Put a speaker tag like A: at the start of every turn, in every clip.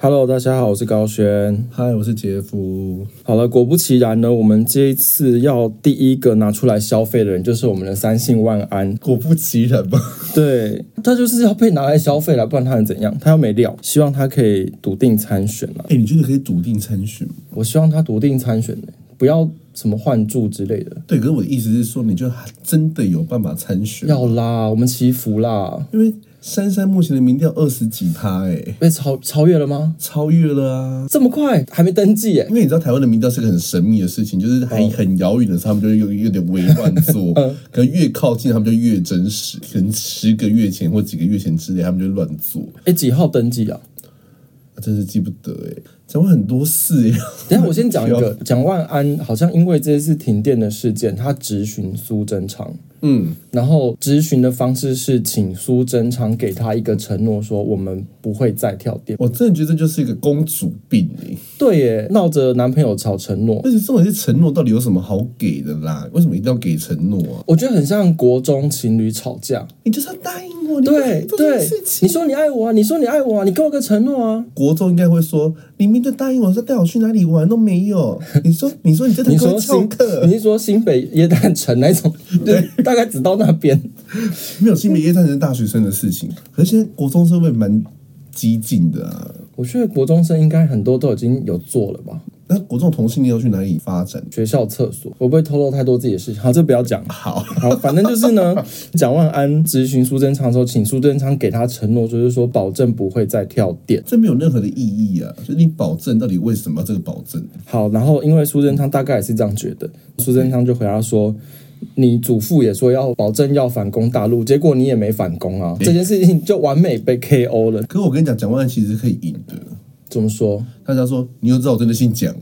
A: Hello，大家好，我是高轩。
B: 嗨，我是杰夫。
A: 好了，果不其然呢，我们这一次要第一个拿出来消费的人就是我们的三姓万安。
B: 果不其然吧，
A: 对他就是要被拿来消费了，不然他能怎样？他又没料，希望他可以笃定参选啊！
B: 哎、你真的可以笃定参选吗？
A: 我希望他笃定参选、欸，不要什么换柱之类的。
B: 对，可是我的意思是说，你就真的有办法参选？
A: 要啦，我们祈福啦！
B: 因为珊珊目前的民调二十几趴，哎、
A: 被超超越了吗？
B: 超越了啊！
A: 这么快还没登记耶、
B: 因为你知道台湾的民调是个很神秘的事情，就是还很遥远的时候，他们就有有点为乱 做，可能越靠近他们就越真实。可能十个月前或几个月前之类，他们就乱做，
A: 哎、几号登记啊？
B: 啊真是记不得哎、讲过很多事哎、
A: 等一下我先讲一个，蒋万安好像因为这次停电的事件，他质询苏贞昌，
B: 嗯，
A: 然后质询的方式是请苏贞昌给他一个承诺，说我们不会再跳电。
B: 我真的觉得这就是一个公主病哎、
A: 对耶，闹着男朋友吵承诺，
B: 而且重点是承诺到底有什么好给的啦？为什么一定要给承诺啊？
A: 我觉得很像国中情侣吵架。
B: 你就是要答应我，你不可
A: 对
B: 以做这
A: 对
B: 件事，情。
A: 你说你爱我啊，你说你爱我啊，你给我个承诺啊。
B: 国中应该会说，你明明就答应我说带我去哪里玩都没 有。你说，你说你这堂
A: 你
B: 课
A: 说
B: 翘
A: 新，
B: 课
A: 你，是说新北耶诞城那种，对， 大概只到那边。
B: 没有新北夜战是大学生的事情。可是现在国中生会蛮激进的啊。
A: 我觉得国中生应该很多都已经有做了吧。
B: 那国中同性恋要去哪里发展？
A: 学校厕所，我不会透露太多自己的事情。好，这不要讲。
B: 好，
A: 好，反正就是呢，蒋万安咨询苏贞昌的时候，请苏贞昌给他承诺，就是说保证不会再跳电。
B: 这没有任何的意义啊！就是你保证，到底为什么要这个保证？
A: 好，然后因为苏贞昌大概也是这样觉得，苏贞昌就回答说：“你祖父也说要保证要反攻大陆，结果你也没反攻
B: 嗯
A: 啊，这件事情就完美被 KO 了。
B: 可是我跟你讲，蒋万安其实可以赢的。”
A: 怎么 说？，
B: 大家说，你又知道我真的姓蒋，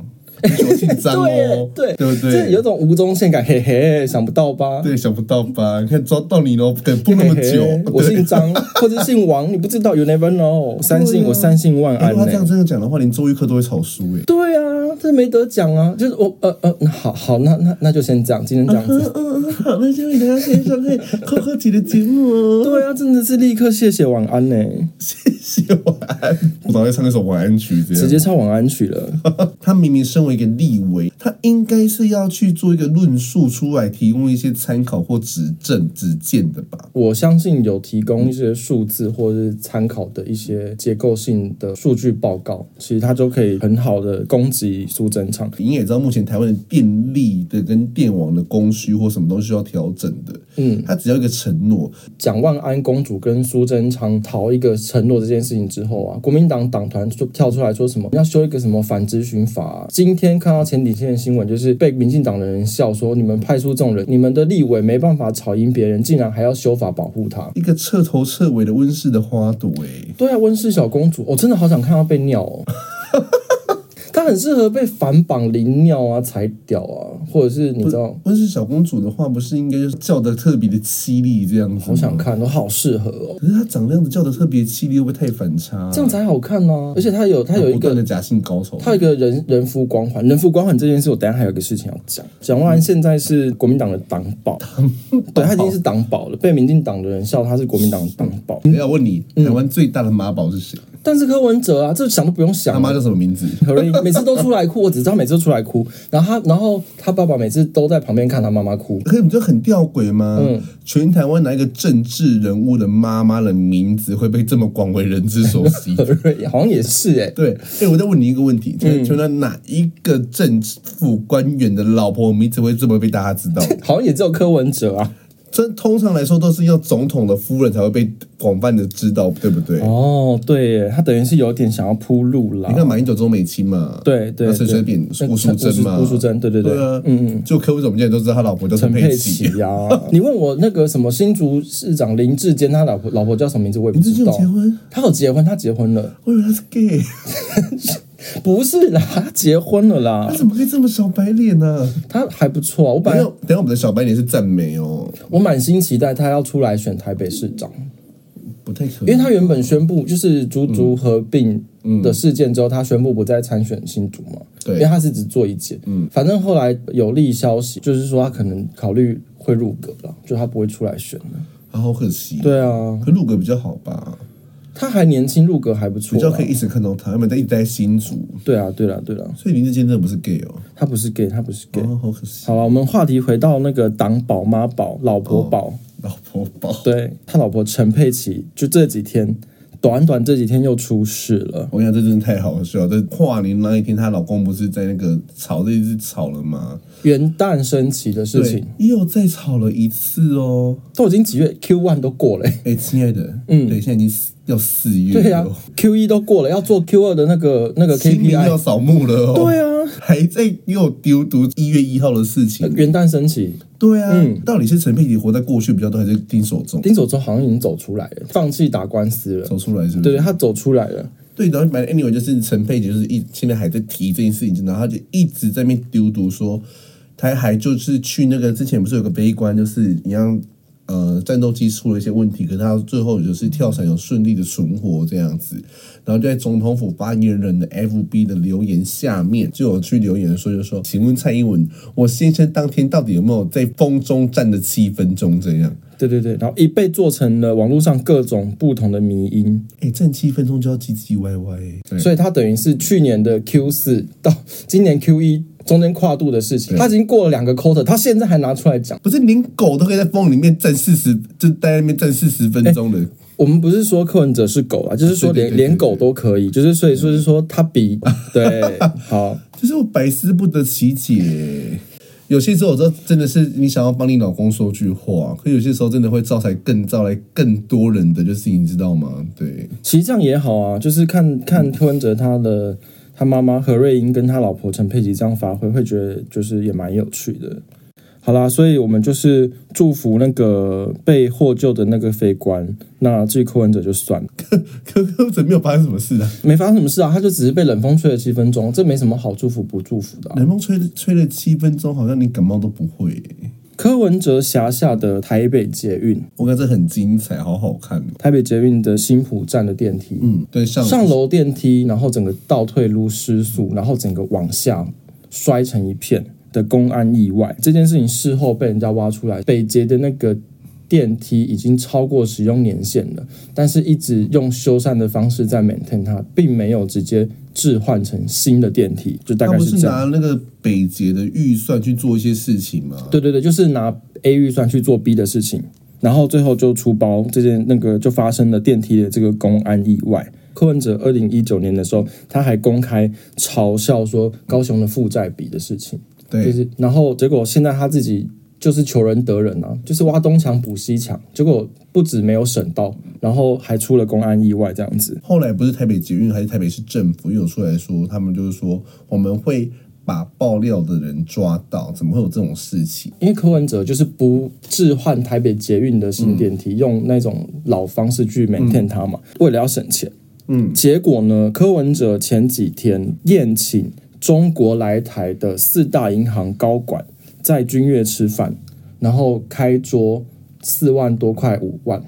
B: 你说我姓张哦
A: 对
B: 对不
A: 这
B: 对？
A: 有种无中线感，嘿嘿，想不到吧？
B: 对，想不到吧？你看抓到你喽，等不那么久
A: 嘿嘿，我
B: 对
A: 姓 张或者姓王，你不知道，you never know。三姓、
B: 对啊
A: 我三姓万
B: 哎
A: 安
B: 如果他这
A: 呢、
B: 样真的讲的话，连周瑜克都会吵输哎、
A: 对啊，这没得讲啊，就是我呃呃，那好好，那那那就先这样，今天这样子。
B: 嗯嗯，好，那就给大家先上看扣扣姐的节目哦。
A: 对啊，真的是立刻谢谢晚安呢、
B: 谢谢晚安，我早上唱那首晚安曲，这样
A: 直接唱晚安曲了。
B: 他明明身为一个立委，他应该是要去做一个论述出来，提供一些参考或指正、指见的吧？
A: 我相信有提供一些数字或是参考的一些结构性的数据报告，其实它就可以很好的攻击苏贞昌。
B: 你也知道，目前台湾的电力的跟电网的供需或什么东西需要调整的，
A: 嗯，
B: 他只要一个承诺，
A: 蒋万安公主跟苏贞昌讨一个承诺这件事情之后啊，国民党党团就跳出来说什么要修一个什么反咨询法啊、今天看到前几天的新闻，就是被民进党的人笑说，你们派出这种人，你们的立委没办法吵赢别人，竟然还要修法保护他。
B: 一个彻头彻尾的温室的花朵、欸，
A: 对啊，温室小公主，我、真的好想看她被尿哦。她很适合被反绑淋尿啊、踩屌啊，或者是你知道，
B: 温室小公主的话，不是应该就是叫的特别的凄厉这样子
A: 好
B: 吗？
A: 想看，都好适合哦，
B: 可是她长那样子叫的特别凄厉，会不会太反差、啊
A: 这样才好看呢、而且她有她
B: 她
A: 有一
B: 不
A: 个
B: 断的假性高潮，
A: 他有一个人人夫光环，人夫光环这件事，我等一下还有一个事情要讲。蒋万安现在是国民党的党保，对他已经是党保了，被民进党的人笑他是国民党的党保。
B: 等一下我问你，台湾最大的妈宝是谁？
A: 但是柯文哲啊，这想都不用想
B: 他 妈叫什么名字？
A: 何瑞英每次都出来哭，我只知道每次都出来哭，然后他，然后他爸爸每次都在旁边看他妈妈哭。
B: 可是你不觉得很吊诡吗？全台湾哪一个政治人物的妈妈的名字会被这么广为人知所悉？
A: 何瑞英好像也是哎、
B: 对，哎、我再问你一个问题，全全台湾哪一个政府官员的老婆名字会这么被大家知道？
A: 好像也只有柯文哲啊。
B: 这通常来说都是要总统的夫人才会被广泛的知道，对不对？
A: 哦，对耶，他等于是有点想要铺路啦
B: 你。看马英九、周美青嘛，
A: 对对
B: 那陈水扁、
A: 对
B: 顾淑珍嘛，
A: 顾淑珍对对对
B: 对啊，嗯嗯，就柯文哲我们现在都知道他老婆叫
A: 陈
B: 陈
A: 佩
B: 佩琪
A: 琪，啊呀、 你问我那个什么新竹市长林志坚，他老婆老婆叫什么名字，我也不
B: 林志
A: 知
B: 坚
A: 道。
B: 有结婚？
A: 他有结婚，他结婚了，
B: 我以为他是 gay，
A: 不是啦，他结婚了啦
B: 他，怎么可以这么小白脸呢？
A: 他还不错啊。我本来
B: 等一下等一下我们的小白脸是赞美哦，
A: 我满心期待他要出来选台北市长，
B: 不太可
A: 因为
B: 能。
A: 他原本宣布就是竹竹合并的事件之后，他宣布不再参选新竹嘛，
B: 对
A: 因为他是只做一届，嗯，反正后来有利消息，就是说他可能考虑会入阁了，就他不会出来选了。
B: 啊好可惜。
A: 对啊，
B: 可陆格比较好吧？
A: 他还年轻，入阁还不错
B: 比较
A: 啦
B: 可。以一直看到他，他们在一直待新竹，
A: 对啊，对啦，对啦，
B: 所以林志坚真的不是 gay 哦，
A: 他不是 gay，他不是 gay。
B: 哦，好可惜，
A: 好了，我们话题回到那个党宝妈宝老婆宝，
B: 老婆宝，
A: 对他老婆陈佩琪，就这几天，短短这几天又出事了。
B: 我跟你讲，这真的太好笑了。在跨年那一天，她老公不是在那个吵这一次吵了吗？
A: 元旦升旗的事
B: 对
A: 情，，
B: 又再吵了一次哦。
A: 都已经几月？Q one 都过了、欸
B: 哎，亲爱的，嗯，对，现在已经四要四月了，
A: 对呀、啊、，Q 一都过了，要做 Q 二的那个那个
B: 清明要
A: KPI。
B: 扫墓了哦。
A: 对啊，
B: 还在给我丢读一月一号的事情。
A: 元旦升旗，
B: 对啊，
A: 嗯
B: 到底是陈佩琪活在过去比较多，还是丁守中
A: 丁守中好像已经走出来了，放弃打官司了。
B: 走出来是不是？
A: 对对，他走出来了。
B: 对，然后反正 anyway 就是陈佩琪就是一现在还在提这件事情，然后他就一直在那边丢毒说，他还就是去那个之前不是有个悲观，就是一样呃战斗机出了一些问题，可是他最后就是跳伞有顺利的存活这样子，然后就在总统府发言人的 FB 的留言下面就有去留言说，就说请问蔡英文，我先生当天到底有没有在风中站了七分钟这样？
A: 对对对，然后一被做成了网络上各种不同的迷因，
B: 哎，站七分钟就要唧唧歪歪、欸，对
A: 所以他等于是去年的 Q 四到今年 Q 一中间跨度的事情，
B: 对
A: 他已经过了两个 quarter，他现在还拿出来讲。
B: 不是连狗都可以在风里面站四十，就待在那边站四十分钟的。
A: 我们不是说柯文哲是狗啊，就是说
B: 对对
A: 连
B: 对对
A: 连狗都可以，就是所以说是说他比 对好，
B: 就是我百思不得其解。有些时候，我知道真的是你想要帮你老公说句话，可有些时候真的会招来更招来更多人的，就是你知道吗？对，
A: 其实这样也好啊，就是看看柯文哲他的他妈妈何瑞英跟他老婆陈佩琪这样发挥，会觉得就是也蛮有趣的。好啦，所以我们就是祝福那个被获救的那个飞官。那至于柯文哲就算了，
B: 可可怎没有发生什么事啊？
A: 没发生什么事啊，他就只是被冷风吹了七分钟，这没什么好祝福不祝福的啊、
B: 冷风吹吹了七分钟，好像连感冒都不会、
A: 柯文哲辖下的台北捷运，
B: 我感觉这很精彩，好好看哦。
A: 台北捷运的新浦站的电梯，
B: 嗯，对，上
A: 上楼电梯，然后整个倒退路失速，然后整个往下摔成一片的公安意外，这件事情事后被人家挖出来，北捷的那个。电梯已经超过使用年限了，但是一直用修缮的方式在 maintain 它，并没有直接置换成新的电梯，就大
B: 他
A: 概
B: 不
A: 是
B: 是
A: 这样。
B: 拿那个北捷的预算去做一些事情吗？
A: 对对对，就是拿 A 预算去做 B 的事情，然后最后就出包，这件那个就发生了电梯的这个公安意外。柯文哲二零一九年的时候，他还公开嘲笑说高雄的负债比的事情，就
B: 对，
A: 是然后结果现在他自己就是求人得人啊，就是挖东墙补西墙，结果不止没有省到，然后还出了公安意外这样子。
B: 后来不是台北捷运还是台北市政府又有出来说，他们就是说我们会把爆料的人抓到，怎么会有这种事情？
A: 因为柯文哲就是不置换台北捷运的新电梯，用那种老方式去 maintain 它嘛，为了要省钱。
B: 嗯，
A: 结果呢，柯文哲前几天宴请中国来台的四大银行高管在君悦吃饭，然后开桌四万多块五万，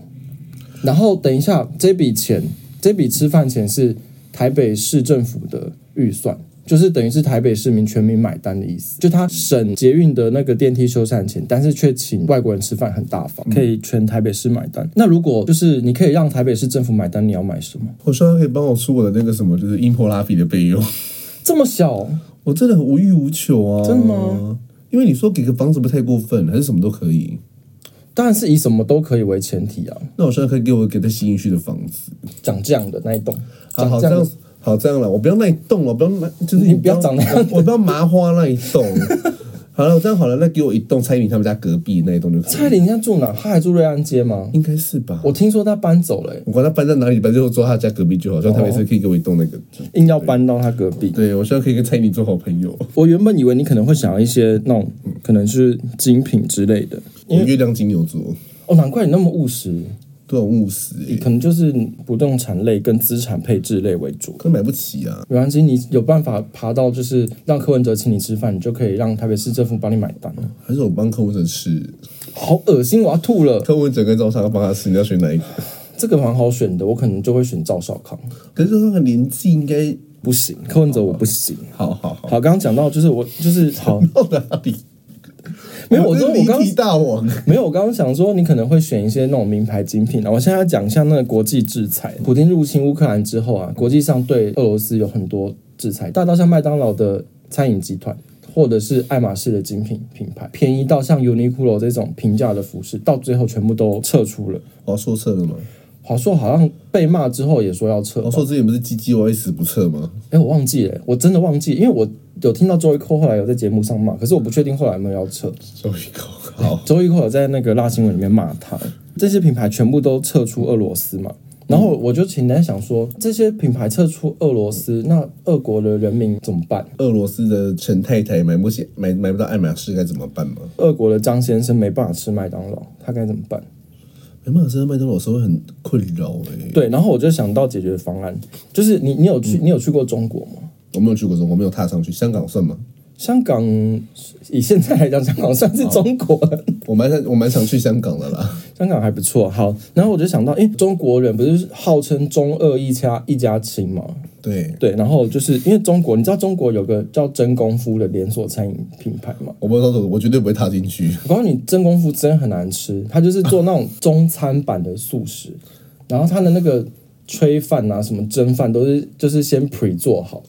A: 然后等一下这笔钱，这笔吃饭钱是台北市政府的预算。就是等于是台北市民全民买单的意思，就他省捷运的那个电梯修缮钱，但是却请外国人吃饭很大方，可以全台北市买单。那如果就是你可以让台北市政府买单，你要买什么？
B: 我说他可以帮我出我的那个什么，就是英波拉比的备用，
A: 这么小，
B: 我真的很无欲无求啊！
A: 真的吗？
B: 因为你说给个房子不太过分，还是什么都可以。
A: 当然是以什么都可以为前提啊。
B: 那我现在可以给我给他吸引去的房子，
A: 长这样的那一栋，
B: 好
A: 长
B: 好
A: 这
B: 这
A: 样
B: 样
A: 的，
B: 好这样了，我不要那一栋了，我不要那，就是
A: 你不要长那样
B: 我不要麻花那一栋。好了，我这样好了，那给我一栋蔡依林他们家隔壁那一栋就可以了，
A: 蔡依林现在住哪？她还住瑞安街吗？
B: 应该是吧？
A: 我听说她搬走了、欸
B: 我管他搬到哪里，搬就住他家隔壁就好。像台北市可以给我一栋那个，就
A: 硬要搬到她隔壁。
B: 对我希望可以跟蔡依林做好朋友。
A: 我原本以为你可能会想要一些那种，可能是精品之类的。
B: 我月亮金牛座
A: 哦，难怪你那么务实，
B: 都很务实
A: 你
B: 欸，
A: 可能就是不动产类跟资产配置类为主。
B: 可买不起啊。
A: 没关系，你有办法爬到就是让柯文哲请你吃饭，你就可以让台北市政府帮你买单。
B: 还是我帮柯文哲吃，
A: 好恶心，我要吐了。
B: 柯文哲跟赵尚要帮他吃，你要选哪一个？
A: 这个蛮好选的，我可能就会选赵少康。
B: 可是那个年纪应该
A: 不行，柯文哲我不行。
B: 好好好
A: 好，刚刚讲到就是我就是好，
B: 到哪里？
A: 没有，我说我刚
B: 提大王，
A: 没有，我刚刚想说你可能会选一些那种名牌精品啊。我现在要讲一下那个国际制裁，普京入侵乌克兰之后啊，国际上对俄罗斯有很多制裁，大到像麦当劳的餐饮集团。或者是爱马仕的精品品牌，便宜到像 Uniqlo 这种平价的服饰，到最后全部都撤出了。
B: 我要说撤了吗？
A: 华硕好像被骂之后也说要撤
B: 我，说之前不是 GGOS 不撤吗？
A: 哎、我忘记了，我真的忘记，因为我有听到周一蔻后来有在节目上骂，可是我不确定后来有没有要撤。
B: 周一口好，
A: 周一蔻有在那个辣新闻里面骂他，这些品牌全部都撤出俄罗斯嘛。然后我就简单想说，这些品牌撤出俄罗斯，那俄国的人民怎么办？
B: 俄罗斯的陈太太买不起，买买不到爱马仕该怎么办吗？
A: 俄国的张先生没办法吃麦当劳，他该怎么办？
B: 买马仕、麦当劳有时候会很困扰哎、
A: 对，然后我就想到解决方案，就是你你有去你有去过中国吗？
B: 我没有去过中国，没有踏上去，香港算吗？
A: 香港以现在来讲，香港算是中国了。
B: 我蛮想，我蛮想去香港的啦。
A: 香港还不错，好，然后我就想到，诶，中国人不是号称中俄一家一家亲吗？
B: 对，
A: 对，然后就是因为中国，你知道中国有个叫真功夫的连锁餐饮品牌吗？
B: 我不知道，我绝对不会踏进去。
A: 我告诉你，真功夫真很难吃，它就是做那种中餐版的素食，然后它的那个炊饭啊，什么蒸饭都是就是先 pre 做好，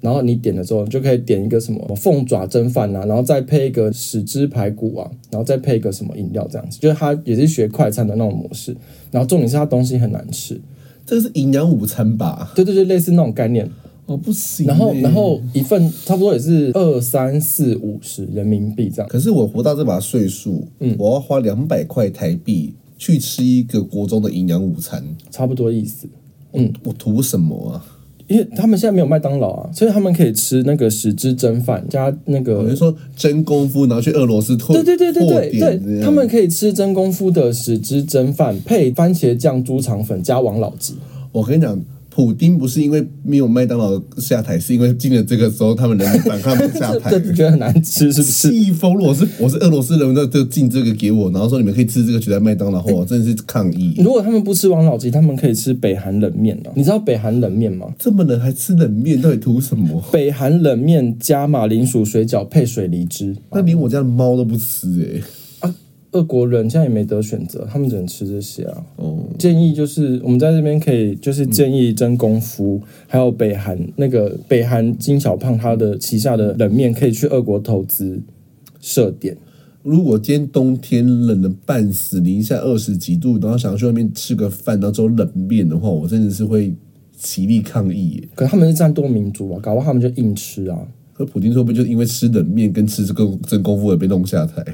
A: 然后你点了之后，你就可以点一个什么凤爪蒸饭啊，然后再配一个豉汁排骨啊，然后再配一个什么饮料这样子，就是它也是学快餐的那种模式，然后重点是它东西很难吃，
B: 这是营养午餐吧？
A: 对对对，类似那种概念。
B: 哦，不行欸、
A: 然后，然后一份差不多也是二三四五十人民币这样。
B: 可是我活到这把岁数，
A: 嗯
B: 我要花两百块台币去吃一个国中的营养午餐，
A: 差不多意思。
B: 嗯，我图什么啊？
A: 因为他们现在没有麦当劳啊，所以他们可以吃那个豉汁蒸饭加那
B: 我
A: 个
B: 就。说真功夫，然后去俄罗斯拓
A: 对对对对
B: 拓
A: 对
B: 哦点这
A: 对，
B: 样
A: 他们可以吃真功夫的豉汁蒸饭，配番茄酱、猪肠粉加王老吉。
B: 我跟你讲，普丁不是因为没有麦当劳下台，是因为进了这个时候，他们人民反抗不下
A: 这
B: 台。
A: 这觉得很难吃是不是？
B: 气疯了！我是我是俄罗斯人，那就进这个给我，然后说你们可以吃这个取代麦当劳，我真的是抗议。
A: 如果他们不吃王老吉，他们可以吃北韩冷面啊。你知道北韩冷面吗？
B: 这么冷还吃冷面，到底图什么？
A: 北韩冷面加马铃薯水饺配水梨汁
B: 那连我家的猫都不吃哎、
A: 啊！俄国人现在也没得选择，他们只能吃这些啊。
B: 哦，
A: 建议就是我们在这边可以就是建议真功夫，还有北韩那个北韩金小胖他的旗下的冷面可以去俄国投资设点。
B: 如果今天冬天冷的半死，零下二十几度，然后想要去外面吃个饭，然后只有冷面的话，我真的是会极力抗议耶、
A: 可他们是战斗民族啊，搞不好他们就硬吃啊，
B: 可普京说不定就因为吃冷面跟吃这个真功夫而被弄下台。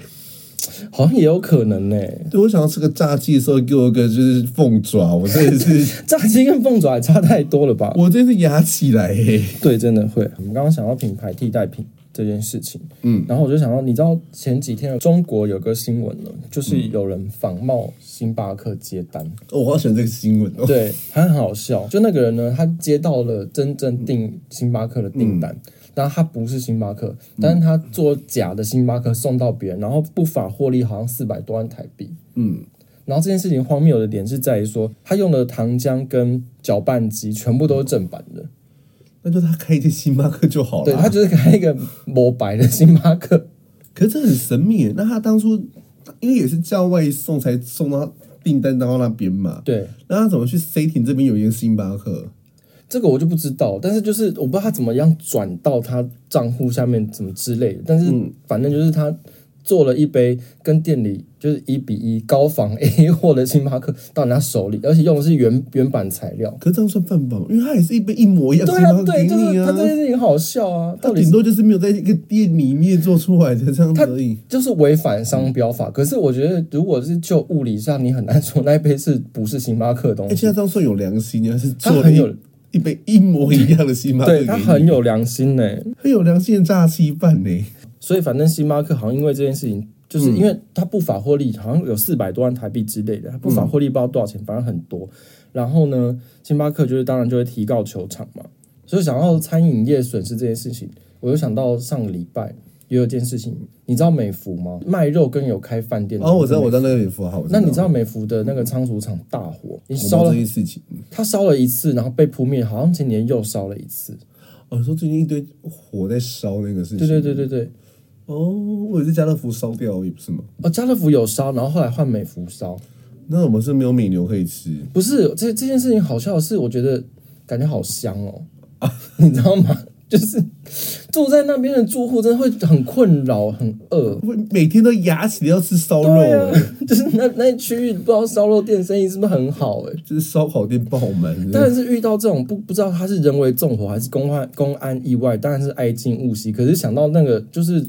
A: 好像也有可能呢、
B: 对我想要吃个炸鸡的时候，给我一个就是凤爪，我真的是
A: 炸鸡跟凤爪也差太多了吧？
B: 我真的是牙起来耶、
A: 对，真的会。我们刚刚想到品牌替代品这件事情，嗯，然后我就想到，你知道前几天中国有个新闻呢，就是有人仿冒星巴克接单，
B: 哦我好喜欢这个新闻哦。
A: 对，他很好笑。就那个人呢，他接到了真正订星巴克的订单，但他不是星巴克，但是他做假的星巴克送到别人，然后不法获利好像四百多万台币。
B: 嗯，
A: 然后这件事情荒谬的点是在于说，他用的糖浆跟搅拌机全部都是正版的，
B: 那就他开一间星巴克就好
A: 对他
B: 了。
A: 就是开一个某白的星巴克。
B: 可是这很神秘耶。那他当初因为也是叫外送才送到订单到那边嘛，
A: 对，
B: 那他怎么去 C 亭这边有一个星巴克？
A: 这个我就不知道，但是就是我不知道他怎么样转到他账户下面怎么之类的，但是
B: 嗯
A: 反正就是他做了一杯跟店里就是一比一高仿 A 货的星巴克到人家手里，而且用的是原原版材料。
B: 可是这样算犯法吗？因为他也是一杯一模一样的
A: 对
B: 星巴
A: 啊，
B: 克
A: 对，
B: 给
A: 就是
B: 你
A: 他
B: 啊。嗯
A: 这件事情好笑啊，
B: 他
A: 到底
B: 顶
A: 是
B: 多就是没有在一个店里面做出来的这样子
A: 他
B: 而已。
A: 就是违反商标法。可是我觉得，如果是就物理上，你很难说那一杯是不是星巴克的东
B: 而且
A: 西。
B: 哎他这样算有良心，啊他是
A: 他
B: 做了
A: 很
B: 一
A: 有
B: 一杯一模一样的星巴克给
A: 对
B: 你，
A: 他很有良心呢、
B: 很有良心的炸鸡饭呢。
A: 所以反正星巴克好像因为这件事情，就是
B: 嗯
A: 因为它不法获利，好像有四百多万台币之类的，它不法获利不知道多少钱，反正很多。然后呢，星巴克就是当然就会提告球场嘛，所以想要餐饮业损失这件事情，我又想到上个礼拜也有一件事情，你知道美孚吗？卖肉跟有开饭店的
B: 哦，我知道，我知道那个也符号。我
A: 那你知道美孚的那个仓储厂大火，你
B: 我
A: 烧
B: 知道
A: 了
B: 这，件事情？
A: 它烧了一次，然后被扑灭，好像今年又烧了一次。
B: 哦，你说最近一堆火在烧那个事情。
A: 对对对对对，
B: 哦，我以为是家乐福烧掉而已，不是吗？
A: 哦，家乐福有烧，然后后来换美福烧。
B: 那我们是没有美牛可以吃，
A: 不是这这件事情好笑的是，我觉得感觉好香哦， 你知道吗？就是住在那边的住户真的会很困扰，很饿。
B: 我每天都牙起要吃烧肉、
A: 对啊
B: 欸，，
A: 就是那那一区域不知道烧肉店生意是不是很好哎、
B: 就是烧烤店爆满。
A: 但是遇到这种不不知道他是人为纵火还是公安公安意外，当然是哀矜勿喜。可是想到那个就是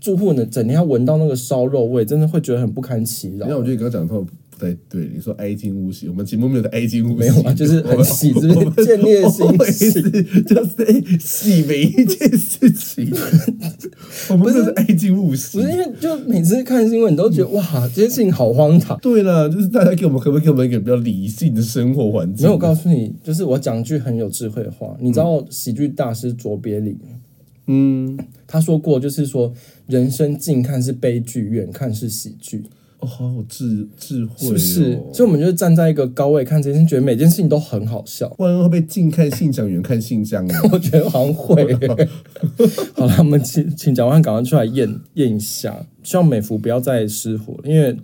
A: 住户呢，整天要闻到那个烧肉味，真的会觉得很不堪其扰
B: 因为。我觉得你刚刚讲的话不太对，你说哀矜勿喜，我们节目没有在哀矜勿喜，
A: 没有啊，就是很喜，是
B: 我
A: 不
B: 们
A: 是见猎
B: 我
A: 心
B: 们
A: 喜？
B: 是就是喜每一件事 情，我们就是哀矜勿喜
A: 不。是因为就每次看新闻，你都觉得
B: 嗯
A: 哇，这些事情好荒唐。
B: 对啦，就是大家给我们可不可以给我们一个比较理性的生活环境？
A: 没有，我告诉你，就是我讲句很有智慧的话，你知道喜剧大师卓别林，
B: 嗯，
A: 他说过，就是说人生近看是悲剧，远看是喜剧，
B: 哦，好有智智慧、哦，
A: 是不是？所以我们就是站在一个高位看这件事，觉得每件事情都很好笑。
B: 不然会被近看信箱，远看信箱哦。
A: 我觉得好像会、 好了，我们请请蒋万赶快出来验验一下，希望美孚不要再失火了，因为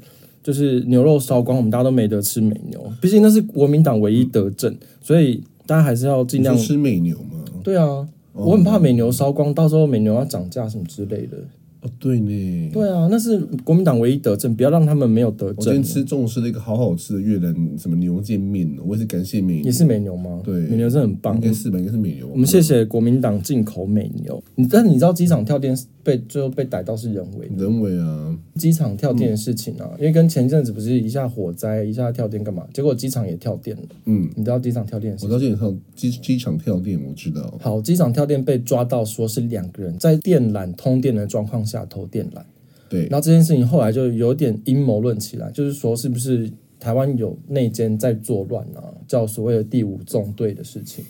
A: 就是牛肉烧光，我们大家都没得吃美牛，毕竟那是国民党唯一德政，所以大家还是要尽
B: 你说
A: 量。
B: 吃美牛吗？
A: 对啊，我很怕美牛烧光，到时候美牛要涨价什么之类的。
B: 哦，对呢。
A: 对啊，那是国民党唯一德政，不要让他们没有啊德
B: 我今
A: 政。
B: 天吃中午吃了一个好好吃的越南什么牛腱面哦，我也是感谢美
A: 也
B: 牛，
A: 是美牛吗？
B: 对
A: 美牛真的很
B: 应
A: 棒。啊
B: 该是吧，应该是美牛。
A: 我们谢谢国民党进口美牛。你但你知道机场跳电被最后被逮到是人为的
B: 人为啊，
A: 机场跳电的事情
B: 嗯
A: 啊，因为跟前一阵子不是一下火灾，一下跳电干嘛？结果机场也跳电了。
B: 嗯，
A: 你知道机场跳电的事
B: 我
A: 情？
B: 到机场机机场跳电，我知道。
A: 好，机场跳电被抓到，说是两个人在电缆通电的状况下偷电缆。
B: 对，
A: 然后这件事情后来就有点阴谋论起来，就是说是不是台湾有内奸在作乱啊？叫所谓的第五纵队的事情。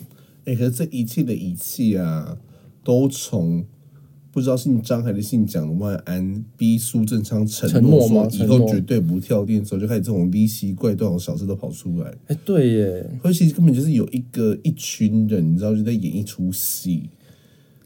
B: 哎、可是这一切的一切啊，都从不知道姓张还是姓蒋的万安逼苏贞昌承诺
A: 承诺
B: 说
A: 吗
B: 以
A: 承
B: 后
A: 诺
B: 绝对不跳电的时候，就开始这种离奇怪状的小事都跑出来。
A: 哎，对耶，
B: 而其实根本就是有一个一群人，你知道，就在演一出戏。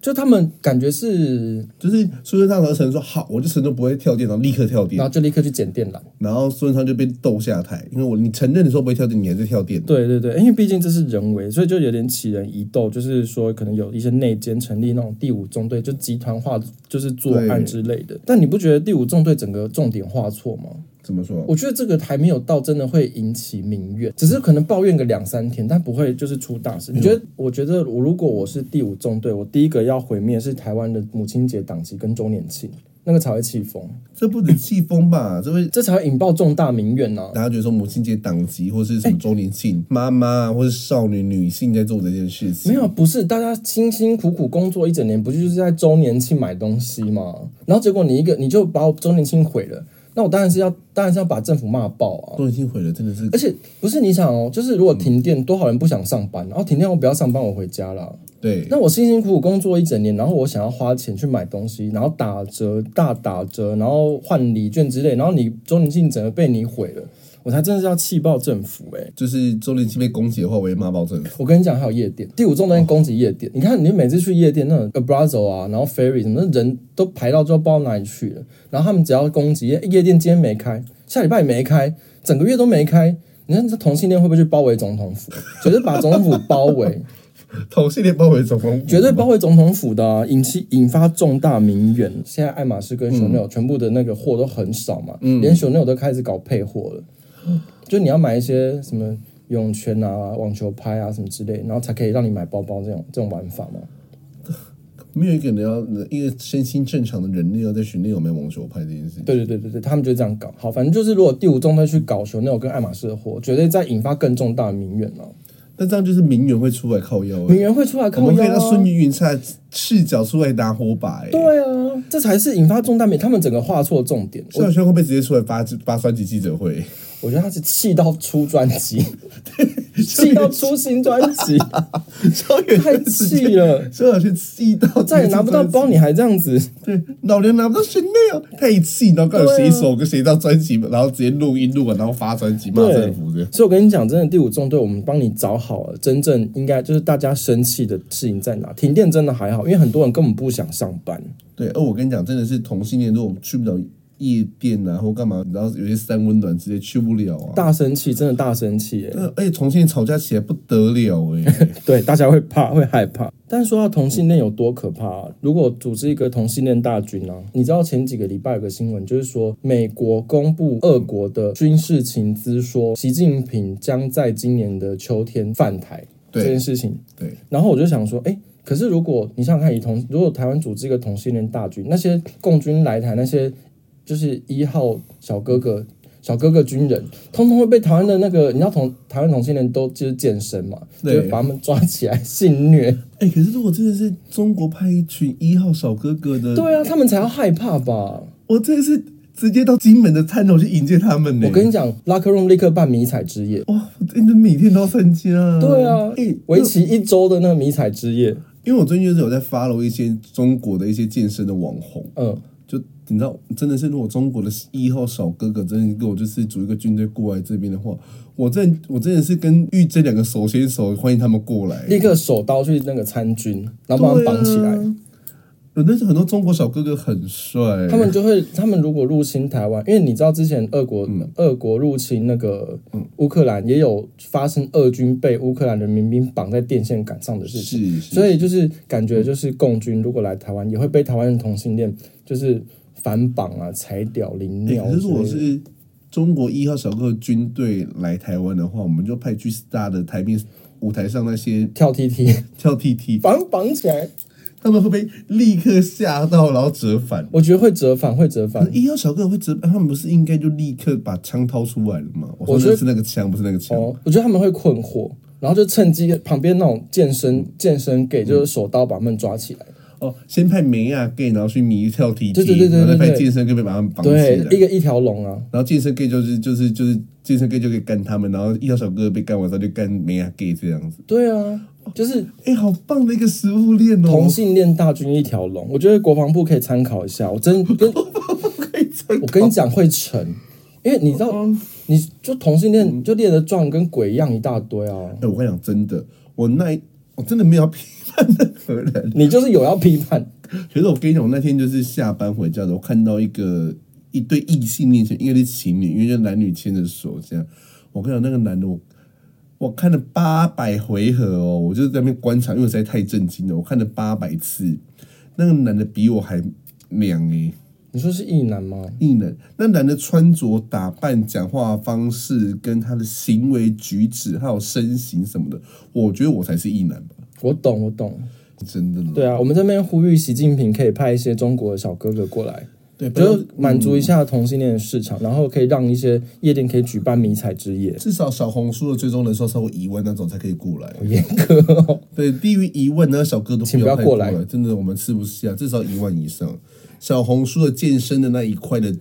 A: 就他们感觉是，
B: 就是苏贞昌和承诺说好，我就承诺不会跳电，然后立刻跳
A: 然
B: 电，
A: 后就立刻去捡电缆。
B: 然后苏贞昌就被斗下台，因为我你承认你说不会跳电，你还是跳电，
A: 对对对，因为毕竟这是人为，所以就有点起人疑窦，就是说可能有一些内奸成立那种第五纵队，就集团化，就是作案
B: 对
A: 之类的。但你不觉得第五纵队整个重点画错吗？
B: 怎么说？
A: 我觉得这个还没有到真的会引起民怨，只是可能抱怨个两三天，但不会就是出大事。你觉得？我觉得我如果我是第五纵队，我第一个要毁灭是台湾的母亲节档期跟周年庆，那个才会气疯，
B: 这不止气疯吧？这会
A: 这才会引爆重大民怨呐、啊
B: 大家觉得说母亲节档期或是
A: 哎
B: 什么周年庆，妈妈或是少女女性在做这件事情，
A: 没有，不是大家辛辛苦苦工作一整年，不就是在周年庆买东西吗？然后结果你一个你就把我周年庆毁了，那我当然是要当然是要把政府骂爆啊！
B: 周年庆毁了，真的是
A: 而且不是你想哦，就是如果停电，多少人不想上班？然后停电我不要上班，我回家啦。
B: 对。
A: 那我辛辛苦苦工作一整年，然后我想要花钱去买东西，然后打折大打折，然后换礼券之类，然后你周年庆整个被你毁了，我才真的是要气爆政府哎、
B: 就是周年庆被攻击的话，我也骂爆政府。
A: 我跟你讲，还有夜店，第五重点攻击夜店。你看，你每次去夜店，那种 Abrazo 啊，然后 Ferry 什么，那人都排到之后不知道哪里去了。然后他们只要攻击夜夜店，今天没开，下礼拜也没开，整个月都没开。你看这同性恋会不会去包围总统府？ 绝对把总统府包围，
B: 同性恋包围总统府，
A: 绝对包围总统府的
B: 嗯
A: 啊、引起引发重大民怨。现在爱马仕跟 Chanel 全部的那个货都很少嘛，
B: 嗯
A: 连 Chanel 都开始搞配货 了，就你要买一些什么游泳圈啊、网球拍啊什么之类，然后才可以让你买包包这种这种玩法嘛。
B: 没有一个人要一个身心正常的人类要在训练有没有网球拍这件事情。
A: 对对对对对，他们就这样搞。好，反正就是如果第五中队去搞 Chanel 跟爱马仕的货，绝对在引发更重大的民怨了、
B: 但这样就是名媛会出来靠腰、
A: 名
B: 欸，
A: 媛会出来
B: 我
A: 靠
B: 们可以
A: 腰
B: 让
A: 啊
B: 孙。云云差赤脚出来拿火把、欸，哎，
A: 对啊，这才是引发重大民，他们整个画错重点。我
B: 萧亚轩会不会直接出来发发专辑记者会？
A: 我觉得他是气到出专 辑，气到出新专辑，
B: 萧亚轩
A: 太气了！
B: 萧亚轩气到
A: 再也拿不到包，你还这样子，
B: 对，老娘拿不到 Chanel，太气，然后告诉谁手跟谁张专辑，然后直接录音录完，然后发专辑骂
A: 对
B: 政府的。。
A: 所以我跟你讲，真的第五纵队，我们帮你找好了，真正应该就是大家生气的事情在哪？停电真的还好，因为很多人根本不想上班，
B: 对，而我跟你讲，真的是同性恋，如果去不了夜店啊，或干嘛，你知道有些三温暖直接去不了啊。
A: 大生气，真的大生气耶！
B: 呃，而且同性恋吵架起来不得了哎、
A: 对，大家会怕，会害怕。但是说到同性恋有多可怕、啊，如果组织一个同性恋大军啊，你知道前几个礼拜有个新闻，就是说美国公布俄国的军事情资，说习近平将在今年的秋天犯台这
B: 对
A: 件事情。
B: 对，
A: 然后我就想说，哎、可是如果你想想看，以同如果台湾组织一个同性恋大军，那些共军来台，那些就是一号小哥哥、小哥哥军人，通通会被台湾的那个，你知道同台湾同性恋都就是健身嘛，就
B: 对
A: 是把他们抓起来性虐，
B: 哎、可是如果真的是中国派一群一号小哥哥的，
A: 对啊，他们才要害怕吧？
B: 我真的是直接到金门的餐头去迎接他们呢、
A: 我跟你讲，locker room 立刻办迷彩之夜，
B: 哇，我真的每天都要参加、
A: 对啊
B: 哎、，
A: 为期一周的那个迷彩之夜，
B: 因为我最近就是有在 follow 一些中国的一些健身的网红，
A: 嗯，
B: 就你知道，真的是如果中国的一号小哥哥真的给我就是组一个军队过来这边的话，我真的我真的是跟玉这两个手牵手欢迎他们过来，
A: 立刻手刀去那个参军，然后把他们
B: 对啊
A: 绑起来。
B: 有那是很多中国小哥哥很帅，
A: 他们就会，他们如果入侵台湾，因为你知道之前俄国、
B: 嗯
A: 俄国入侵那个乌克兰，也有发生俄军被乌克兰的民兵绑在电线杆上的事情，
B: 是是，
A: 所以就是感觉就是共军如果来台湾，也会被台湾的同性恋就是反绑啊、踩屌、凌
B: 欸
A: 尿
B: 可
A: 之
B: 是如
A: 类
B: 果
A: 的。
B: 是中国一号小哥军队来台湾的话，我们就派去 star 的台面舞台上那些
A: 跳踢踢，
B: 跳 TT，
A: 绑绑起来，
B: 他们会被立刻吓到，然后折返。
A: 我觉得会折返，会折
B: 可
A: 返
B: 是。一号小哥会折，他们不是应该就立刻把枪掏出来了吗？我
A: 我觉
B: 说
A: 得
B: 的是那个枪，不是那个枪。
A: 哦，我觉得他们会困惑，然后就趁机旁边那种健身健身
B: 嗯
A: 给就是手刀把他们抓起来。
B: 哦，先派梅亚 gay，然后去迷跳 TT，
A: 对对对对
B: 然后
A: 对
B: 再派
A: 对
B: 健身 gay 被把他们绑起
A: 对，一
B: 来。
A: 个一条龙啊。
B: 然后健身 gay 就是就是就是健身 gay 就可以干他们，然后一号小哥被干完之后就干梅亚 gay 这样子。
A: 对啊，就是
B: 哎、好棒的一个食物链哦！
A: 同性恋大军一条龙，我觉得国防部可以参考一下。我真 跟
B: 可以参
A: 我跟你讲会成，因为你知道，你就同性恋就练得壮跟鬼一样一大堆啊。
B: 哎、我跟你讲，真的，我那一我真的没有要批判任何人。
A: 你就是有要批判，
B: 可是我跟你讲，我那天就是下班回家的时候，我看到一个一对异性恋情，应该是情侣，因为就男女牵着手这样。我跟你讲，那个男的我。我看了八百回合哦，我就是在那边观察，因为我实在太震惊了。我看了八百次，那个男的比我还娘诶、
A: 你说是异男吗？
B: 异能。那男的穿着打扮、讲话方式，跟他的行为举止，还有身形什么的，我觉得我才是异男吧，
A: 我懂，我懂。
B: 真的啦。
A: 对啊，我们这边呼吁习近平可以派一些中国的小哥哥过来，
B: 对，不
A: 就
B: 要
A: 是满足一下同性恋的市场，然后可以让一些夜店可以举办迷彩之夜。
B: 至少小红书的追踪人数超过一万那种才可以过来。
A: 好严格哦，
B: 对，低于一万那小哥都
A: 请不要
B: 太
A: 过
B: 过
A: 来
B: 真的我们吃不下，至少一万以上。小红书的健身的那一块的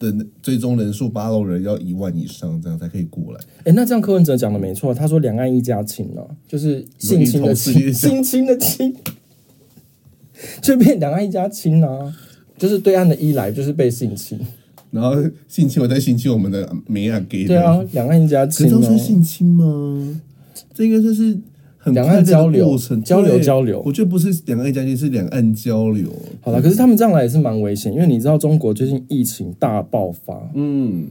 B: 的追踪人数八楼人要一万以上，这样才可以过来。
A: 哎，那这样柯文哲讲的没错，他说两岸一家亲呢、就是性侵的
B: 容易投
A: 亲，
B: 资
A: 性侵的亲，就变两岸一家亲啊，就是对岸的一来就是被性侵，
B: 然后性侵我再性侵我们的梅亚给
A: 对啊，两岸一家
B: 可
A: 亲
B: 是这
A: 哦、
B: 算性侵吗？这应该算是很
A: 两岸
B: 快乐的
A: 交流
B: 过程
A: 交流
B: 对
A: 交流
B: 我觉得不是两岸交流，是两岸交流。
A: 好了，可是他们这样来也是蛮危险，因为你知道中国最近疫情大爆发，
B: 嗯，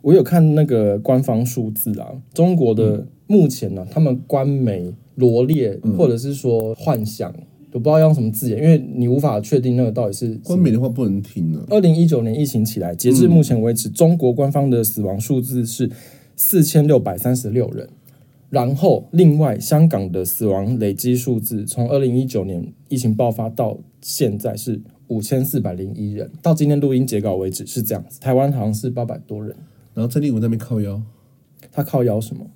A: 我有看那个官方数字啊，中国的目前呢、他们官媒罗列
B: 嗯
A: 或者是说幻想，我不知道要用什么字眼，因为你无法确定那个到底是
B: 官媒的话不能听啊。
A: 二零一九年疫情起来，截至目前为止，中国官方的死亡数字是四千六百三十六人。然后，另外香港的死亡累积数字，从二零一九年疫情爆发到现在是五千四百零一人，到今天录音截稿为止是这样子。台湾好像是八百多人，
B: 然后郑丽文在那边靠腰，
A: 他靠摇什么？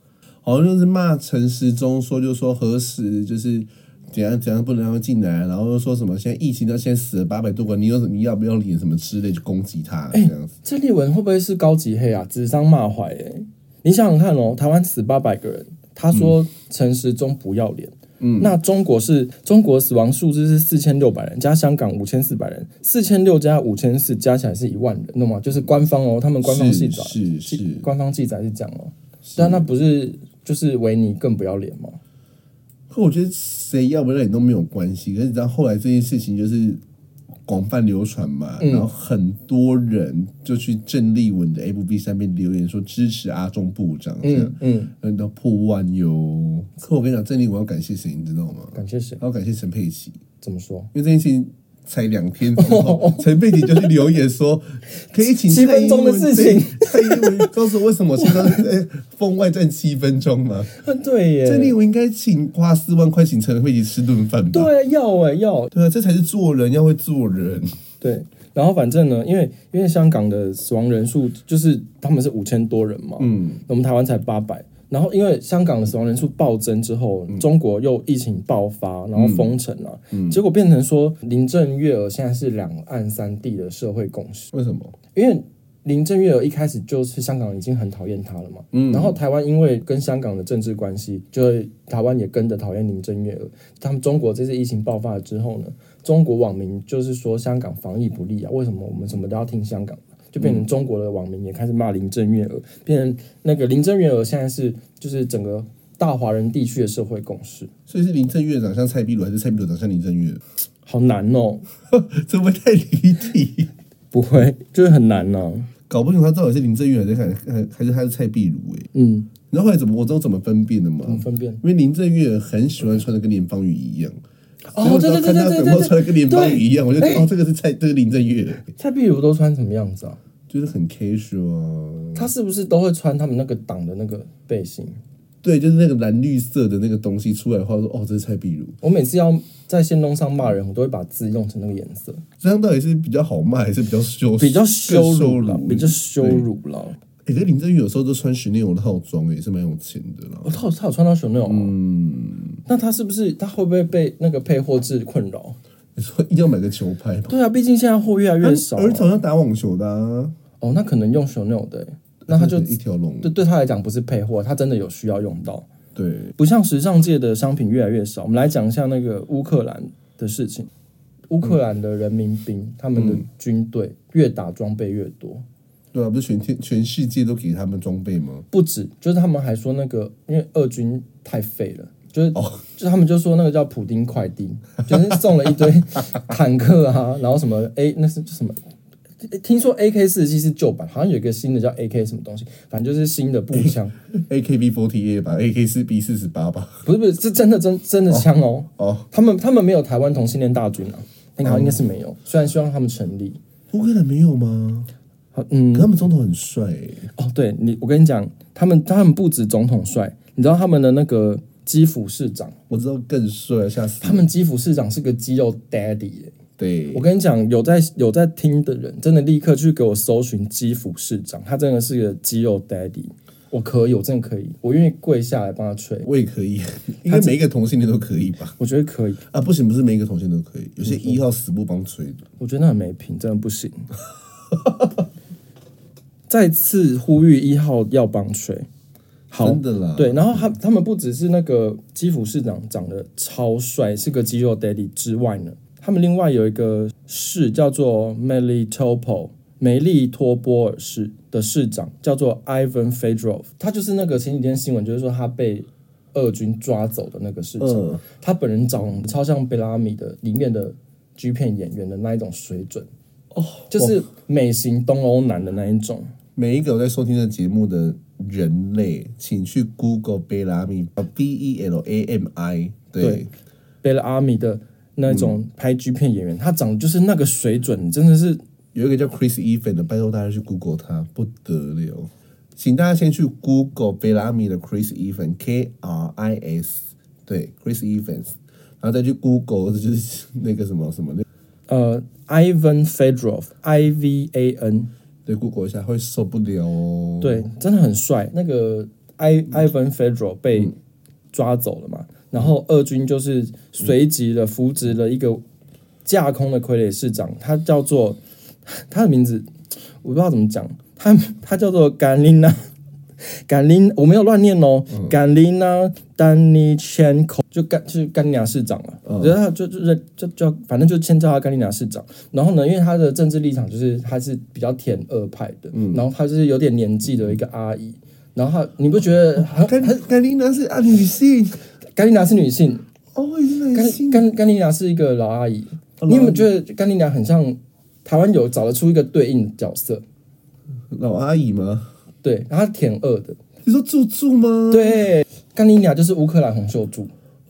B: 好像就是骂陈时中说，就说何时就是怎样怎样不能让他进来，然后又说什么现在疫情到现在死了八百多个，你有你要不要脸什么之类，就攻击他这样子。
A: 这立文会不会是高级黑啊？指桑骂槐哎、你想想看哦，台湾死八百个人，他说陈时中不要脸。嗯，那中国是中国死亡数字是四千六百人，加香港五千四百人，四千六加五千四加起来是一万人，懂吗？就是官方哦，他们官方记载
B: 是是
A: 记
B: 是
A: 官方记载是这样哦。但那不是就是维尼更不要脸吗？
B: 可我觉得谁要不要你都没有关系。可是你知道后来这件事情就是广泛流传嘛，
A: 嗯
B: 然后很多人就去郑丽文的 FB 上面留言说支持阿中部长，这样，
A: 嗯，
B: 嗯，到破万哟。可我跟你讲，郑丽文要感谢谁，你知道吗？
A: 感谢谁？
B: 要感谢陈佩琪，
A: 怎么说？
B: 因为这件事情才两天之后，陈佩琪就去留言说，可以请
A: 七
B: 蔡
A: 分
B: 英
A: 钟的
B: 文
A: 事情，
B: 蔡英文告诉我为什么现在哎封外站七分钟吗？
A: 对
B: 郑丽
A: 耶，
B: 文应该请花四万块请陈佩琪吃顿饭吧？
A: 对，要哎要，
B: 对啊，这才是做人要会做人。
A: 对，然后反正呢，因为因为香港的死亡人数就是他们是五千多人嘛，
B: 嗯，
A: 我们台湾才八百。然后因为香港的死亡人数暴增之后，中国又疫情爆发，然后封城啊，结果变成说林郑月娥现在是两岸三地的社会共识，
B: 为什么？
A: 因为。林郑月娥一开始就是香港已经很讨厌她了嘛，然后台湾因为跟香港的政治关系，就会台湾也跟着讨厌林郑月娥。他们中国这次疫情爆发了之后呢，中国网民就是说香港防疫不力啊，为什么我们什么都要听香港？就变成中国的网民也开始骂林郑月娥，变成那个林郑月娥现在是就是整个大华人地区的社会共识，
B: 所以是林郑月长像蔡壁如，还是蔡壁如长像林郑月？
A: 好难哦，
B: 这会不会太离 题？
A: 不会，就是很难哦呢、
B: 搞不清楚他到底是林郑月还是还还还是他是蔡壁如哎、
A: 嗯，
B: 然后后来怎么我知道怎么分辨的吗？
A: 怎么分辨？
B: 因为林郑月很喜欢穿的跟连芳宇一样。
A: 哦
B: 所以我只要
A: 对对
B: 看
A: 对对
B: 他
A: 对
B: 怎么穿的跟连芳
A: 对
B: 宇一样，我就觉得哦，这个是蔡，这个林郑月，
A: 蔡壁如都穿什么样子啊？
B: 就是很 casual 啊。
A: 她是不是都会穿他们那个党的那个背心？
B: 对，就是那个蓝绿色的那个东西出来的话，说哦，这是蔡壁如。
A: 我每次要在线东上骂人，我都会把字用成那个颜色，
B: 这样到底是比较好卖，还是比较羞
A: 比较
B: 羞
A: 羞辱嗯了，
B: 辱？
A: 比较羞辱了。
B: 欸，可是林正宇有时候都穿徐内容的套装、欸，也是蛮有钱的啦。
A: 哦，他有他有穿到 Chanel 嗯，那他是不是他会不会被那个配货制困扰？
B: 你说一定要买个球拍吧？
A: 对啊，毕竟现在货越来越少啊、
B: 儿童要打网球的、啊，
A: 哦，那可能用 Chanel 的欸、那他就
B: 一条龙。
A: 对对他来讲不是配货，他真的有需要用到。
B: 对，
A: 不像时尚界的商品越来越少，我们来讲一下那个乌克兰的事情。乌克兰的人民兵，他们的军队越打装备越多，
B: 对啊，不是全天全世界都给他们装备吗？
A: 不止，就是他们还说那个，因为俄军太废了，就是、就是他们就说那个叫普丁快递，就是送了一堆坦克啊，然后什么 A 那是什么。听说 AK 四十七是旧版，好像有一个新的叫 AK 什么东西，反正就是新的步枪，
B: AKB forty eight 吧，AK 四 B 四十八吧。
A: 不是不是，是真的真真的枪哦。
B: 哦，
A: 他们他们没有台湾同性恋大军啊，应该应该是没有。虽然希望他们成立。
B: 乌克兰没有吗？
A: 好嗯，
B: 可他们总统很帅、欸，
A: 哦，对你，我跟你讲，他们他们不止总统帅，你知道他们的那个基辅市长，
B: 我知道更帅，吓死
A: 他。们基辅市长是个肌肉 daddy 耶、
B: 对
A: 我，跟你讲，有在有在听的人，真的立刻去给我搜寻基辅市长，他真的是个肌肉 daddy。我可以，我真的可以，我愿意跪下来帮他吹，
B: 我也可以，应该每一个同性恋都可以吧？
A: 我觉得可以，
B: 啊，不行，不是每一个同性恋都可以，有些一号死不帮吹的。
A: 我觉得那很没品，真的不行。 再次呼吁一号要帮吹，好
B: 真的啦
A: 对，然后他他们不只是那个基辅市长长得超帅，是个肌肉 daddy 之外呢，他们另外有一个市叫做 Melitopol 梅利托波尔市的市长叫做 Ivan Fedorov，他就是那个前几天新闻就是说他被俄军抓走的那个市长，
B: 嗯
A: 他本人长得超像贝拉米的里面的 G 片演员的那一种水准，
B: 哦，
A: 就是美型东欧男的那一种。
B: 每一个有在收听这节目的人类，请去 Google 贝拉米 B E L A M I，对，
A: 对贝拉阿米的那种拍 G 片演员，他长得就是那个水准，真的是
B: 有一个叫 Chris Even 的，拜托大家去 Google 他，不得了，请大家先去 Google 贝拉米的 Chris Even K R I S，对，Chris Evans，然后再去 Google 就是 那个什么什么，
A: 呃，Ivan Fedorov，I V A N，
B: 对，Google 一下会受不了哦。
A: 对，真的很帅。那个 I Ivan Fedorov 被抓走了嘛，然后俄军就是随即的扶植了一个架空的傀儡市长，他叫做他的名字我不知道怎么讲，他他叫做甘琳 娜。甘琳，我没有乱念哦，甘琳娜丹尼千口就甘就是甘尼亚市长了，我觉得他就就就就反正就先叫他甘尼亚市长。然后呢，因为他的政治立场就是他是比较舔俄派的，然后他就是有点年纪的一个阿姨，然后他你不觉得很
B: 啊甘甘琳娜是啊女性，
A: 甘尼亚是女性，
B: 哦，也是男性
A: 甘甘甘尼亚是一个老阿姨，你有没有觉得干爹娘很像台湾有找得出一个对应的角色？
B: 老阿姨吗？
A: 对，然后她挺二的，
B: 你说柱柱吗？
A: 对，干爹娘就是乌克兰红袖柱，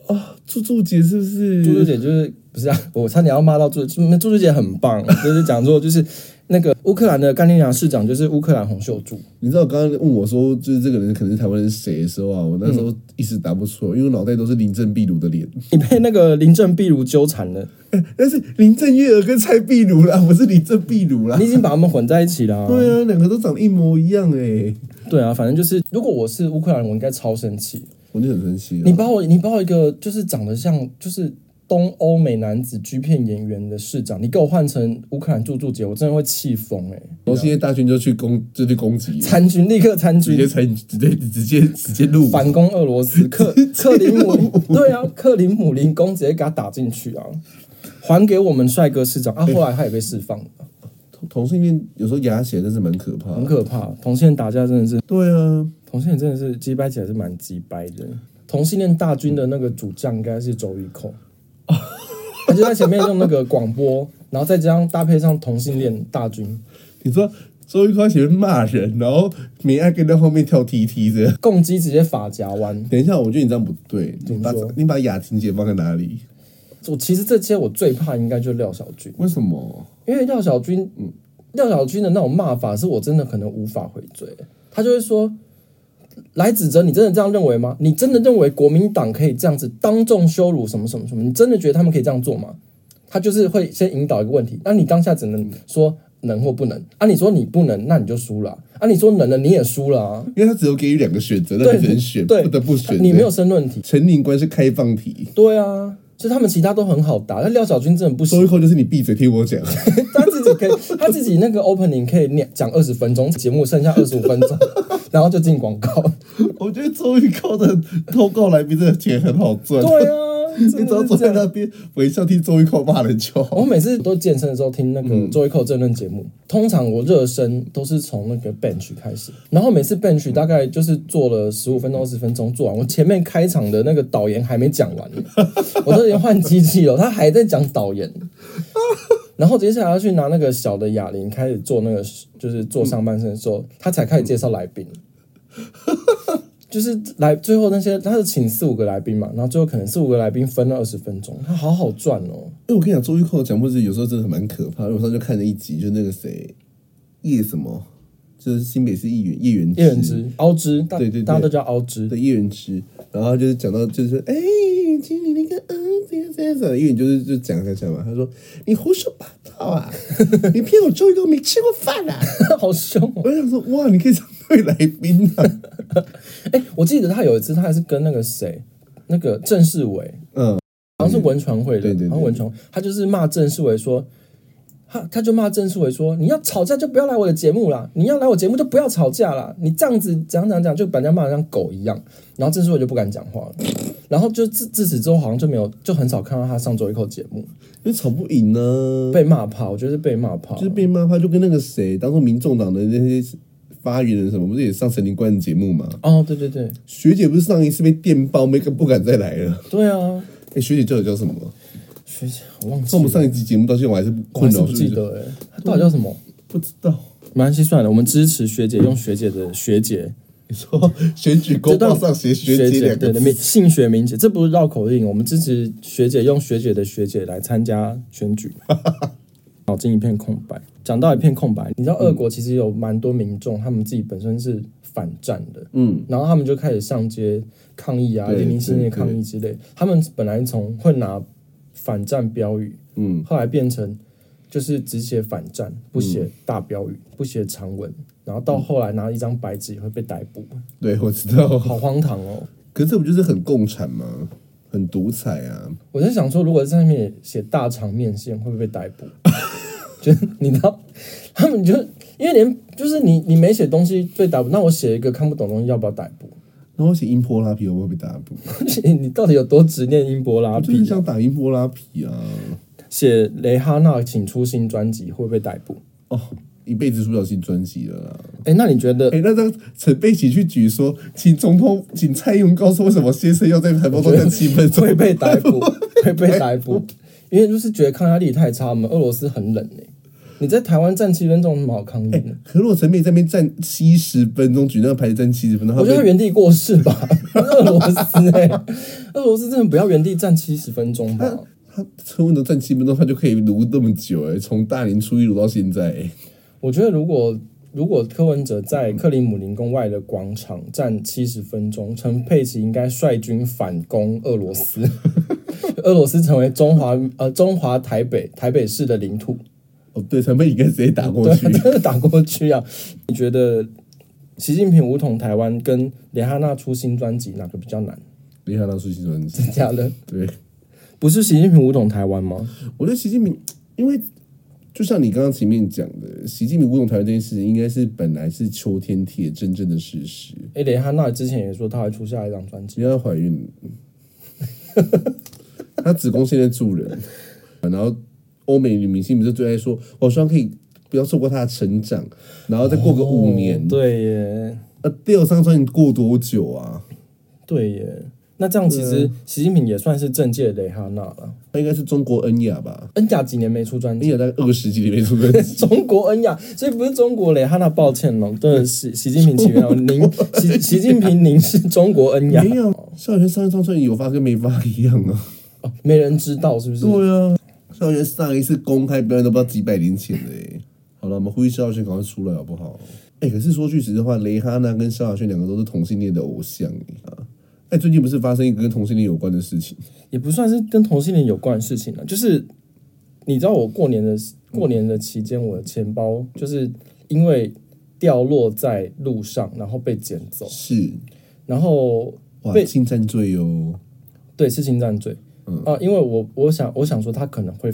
B: 啊，柱柱姐是不是？
A: 猪猪姐就是不是啊？我差点要骂到猪猪，猪猪姐很棒，就是讲说就是那个乌克兰的干爹娘市长就是乌克兰红袖柱，
B: 你知道我刚刚问我说，就是这个人可能是台湾人谁的时候啊，我那时
A: 嗯
B: 候一时答不出来，因为我脑袋都是林正壁炉的脸。
A: 你被那个林正壁炉纠缠了，
B: 但是林正月儿跟蔡壁炉啦，不是林正壁炉啦
A: 你。已经把他们混在一起了、
B: 对啊，两个都长得一模一样哎、
A: 对啊，反正就是如果我是乌克兰人，我应该超生气。
B: 我就很生气
A: 你
B: 啊。
A: 把我，你把我一个就是长得像就是东欧美男子 G 片演员的市长，你给我换成乌克兰驻驻姐，我真的会气疯哎！
B: 然后现在大军就去攻，就去攻击，
A: 参军立刻参
B: 直
A: 军，
B: 接参，直接直接直接入伍。
A: 反攻俄罗斯，克克林姆林，对啊，克林姆林宫直接给他打进去啊，还给我们帅哥市长啊！后来他也被释放了，
B: 同同性恋有时候牙血真是蛮可怕
A: 很
B: 的。
A: 可怕。同性恋打架真的是，
B: 对啊，
A: 同性恋真的是击败起来是蛮击败的。同性恋大军的那个主将应该是周玉蔻，他就在前面用那个广播，然后再加上搭配上同性恋大军，
B: 你知道周玉蔻前面骂人，然后梅爱跟在后面跳 TT 这样。
A: 共机直接法夹弯。
B: 等一下，我觉得你这样不对。你把
A: 怎么说
B: 你把雅婷姐放在哪里？
A: 我其实这些我最怕应该就是廖小军，
B: 为什么？
A: 因为廖小军，嗯廖小军的那种骂法是我真的可能无法回嘴。他就会说：“来指责你真的这样认为吗？你真的认为国民党可以这样子当众羞辱什么什么什么？你真的觉得他们可以这样做吗？”他就是会先引导一个问题，那你当下只能说能或不能啊？你说你不能，那你就输了啊！啊你说能了，你也输了啊！
B: 因为他只有给予两个选择，那
A: 对
B: 你只能选，
A: 对
B: 不得不选。
A: 你没有申论题，
B: 陈宁官是开放题，
A: 对啊，所以他们其他都很好打，但廖小军真的不行
B: 周玉。蔻就是你闭嘴听我讲。
A: 他自己可以，他自己那个 opening 可以念讲二十分钟，节目剩下二十五分钟，然后就进广告。
B: 我觉得周玉蔻的投稿来宾这个钱很好赚。
A: 对啊，
B: 你
A: 真
B: 只要
A: 的
B: 坐
A: 是这样。
B: 在那边微笑听周玉蔻骂人就好。
A: 我每次都健身的时候听那个周一蔻争论节目，通常我热身都是从那个 bench 开始，然后每次 bench 大概就是做了十五分钟、二十分钟做完，我前面开场的那个导言还没讲完呢，我都已经换机器了，他还在讲导言。然后接下来要去拿那个小的哑铃开始做那个，就是做上半身的时候，他才开始介绍来宾。就是来最后那些，他是请四五个来宾嘛，然后最后可能四五个来宾分了二十分钟，他好好赚哦。
B: 因为哎我跟你讲，周玉蔻讲故事有时候真的蛮可怕。因为我上次就看了一集，就那个谁叶什么，就是新北市议员叶元
A: 叶仁之、凹之，大
B: 对对对
A: 大家都叫凹之。
B: 的叶元之，然后他就是讲到就是哎，经理那个嗯怎样怎样怎样，因为你就是就讲讲讲嘛，他说你胡说八道 啊，你骗我周玉蔻没吃过饭啊。
A: 好凶哦！
B: 我想说哇，你可以这样对来宾啊，
A: 哎、我记得他有一次，他还是跟那个谁，那个郑世伟，
B: 嗯，
A: 好像是文传会的，
B: 对对对
A: 然后文传，他就是骂郑世伟说，他他就骂郑世伟说，你要吵架就不要来我的节目啦，你要来我节目就不要吵架啦，你这样子讲讲讲就把人家骂得像狗一样，然后郑世伟就不敢讲话了，然后就自自此之后好像就没有，就很少看到他上周一口节目，
B: 因为吵不赢呢、
A: 被骂怕，我觉得是被骂怕，
B: 就是被骂，他就跟那个谁，当初民众党的那些发言人什么，不是也上陈林官的节目吗？
A: 哦，对对对，
B: 学姐不是上一次被电爆，没敢不敢再来了。
A: 对啊，
B: 哎、学姐叫我叫什么？
A: 学姐，我忘记
B: 从我
A: 了
B: 们。上一集节目到现在，我还是
A: 我还
B: 困
A: 是
B: 扰，
A: 不
B: 是
A: 记
B: 不是？
A: 得哎、他到底叫什么？
B: 不知道。
A: 没关系，算了，我们支持学姐，用学姐的学姐，
B: 你说选举公报上写学姐
A: 姐
B: 两
A: 对
B: 个
A: 的
B: 字，
A: 名姓学名姐，这不是绕口令，我们支持学姐用学姐的学姐来参加选举。 脑筋一片空白，讲到一片空白，你知道
B: 嗯
A: 俄国其实有蛮多民众，他们自己本身是反战的，
B: 嗯，
A: 然后他们就开始上街抗议啊，
B: 对
A: 零零系列
B: 对
A: 抗议之类，他们本来从会拿反战标语，
B: 嗯，
A: 后来变成就是只写反战，不写大标语，不写长文，然后
B: 嗯
A: 到后来拿一张白纸也会被逮捕，
B: 对，我知道。
A: 好荒唐哦！
B: 可是这不就是很共产吗？很独裁啊！
A: 我在想说，如果在上面写大肠面线，会不会被逮捕？ 就是你知道，他们就因为连就是你你没写东西被逮捕，那我写一个看不懂的东西要不要逮捕？
B: 然后我写英波拉皮，我啊会被打不？
A: 你到底有多执念英波拉
B: 我就
A: 皮
B: 是？想打英波拉皮啊！
A: 写蕾哈娜请出新专辑会不会逮捕？
B: 哦，一辈子出不了新专辑了啦。
A: 哎，那你觉得
B: 哎、那张陈佩琪去举说，请总统，请蔡英文告诉为什么先生要在台风中站七分 钟
A: 会。被逮捕？会被逮捕？因为就是觉得抗压力太差，我们俄罗斯很冷哎、你在台湾站七分钟有什么啊好抗议的？
B: 可是我陈佩在那边站七十分钟，举那个牌子站七十分钟，
A: 我
B: 他
A: 觉得他
B: 被
A: 原地过世吧， 俄罗斯哎、俄罗斯真的不要原地站七十分钟吧？
B: 他车温都站七分钟，他就可以撸那么久哎、从大年初一撸到现在、欸。
A: 我觉得如果如果柯文哲在克里姆林宫外的广场站七十分钟，陈佩琪应该率军反攻俄罗斯， 俄罗斯成为中华呃中华台北台北市的领土，
B: 哦，对，陈佩应该直接打过
A: 对，
B: 去
A: 真。的打过去啊！你觉得习近平武统台湾跟连哈娜出新专辑哪个比较难？
B: 李翰娜出新专辑，
A: 真假的？
B: 对
A: 不是习近平武统台湾吗？
B: 我觉得习近平，因为就像你刚刚前面讲的，习近平武统台湾这件事情，应该是本来是秋天铁真正的事实。
A: 哎、连哈娜之前也说她会出下一张专辑，
B: 因为她怀孕 了，她子宫现在住人，然后欧美女明星不是最爱说，我希望可以不要错过她的成长，然后再过个
A: 哦
B: 五年，
A: 对耶，
B: 那第二张专辑过多久啊？
A: 对耶。那这样其实习近平也算是政界的蕾哈娜了。
B: 她应该是中国恩雅吧？
A: 恩雅几年没出专
B: 恩
A: 辑？。
B: 雅大概二十集里面出专辑
A: 中国 恩雅，所以不是中国嘞，哈娜抱歉了，对，习习近平起源了，您习习近平您是中国恩雅
B: 没有，校园上一张专辑有发跟没发一样啊。
A: 哦，没人知道是不是？
B: 对啊，校园上一次公开表演都不知道几百年前了欸。好了，我们呼吁萧亚轩赶快出来好不好？哎、可是说句实话，蕾哈娜跟萧亚轩两个都是同性恋的偶像欸啊。哎、最近不是发生一个跟同性恋有关的事情？
A: 也不算是跟同性恋有关的事情了，就是你知道我过年的过年的期间，我的钱包就是因为掉落在路上，然后被捡走，
B: 是
A: 然后
B: 哇，
A: 被
B: 侵占罪哦。
A: 对，是侵占罪。啊、因为我我想我想说他可能会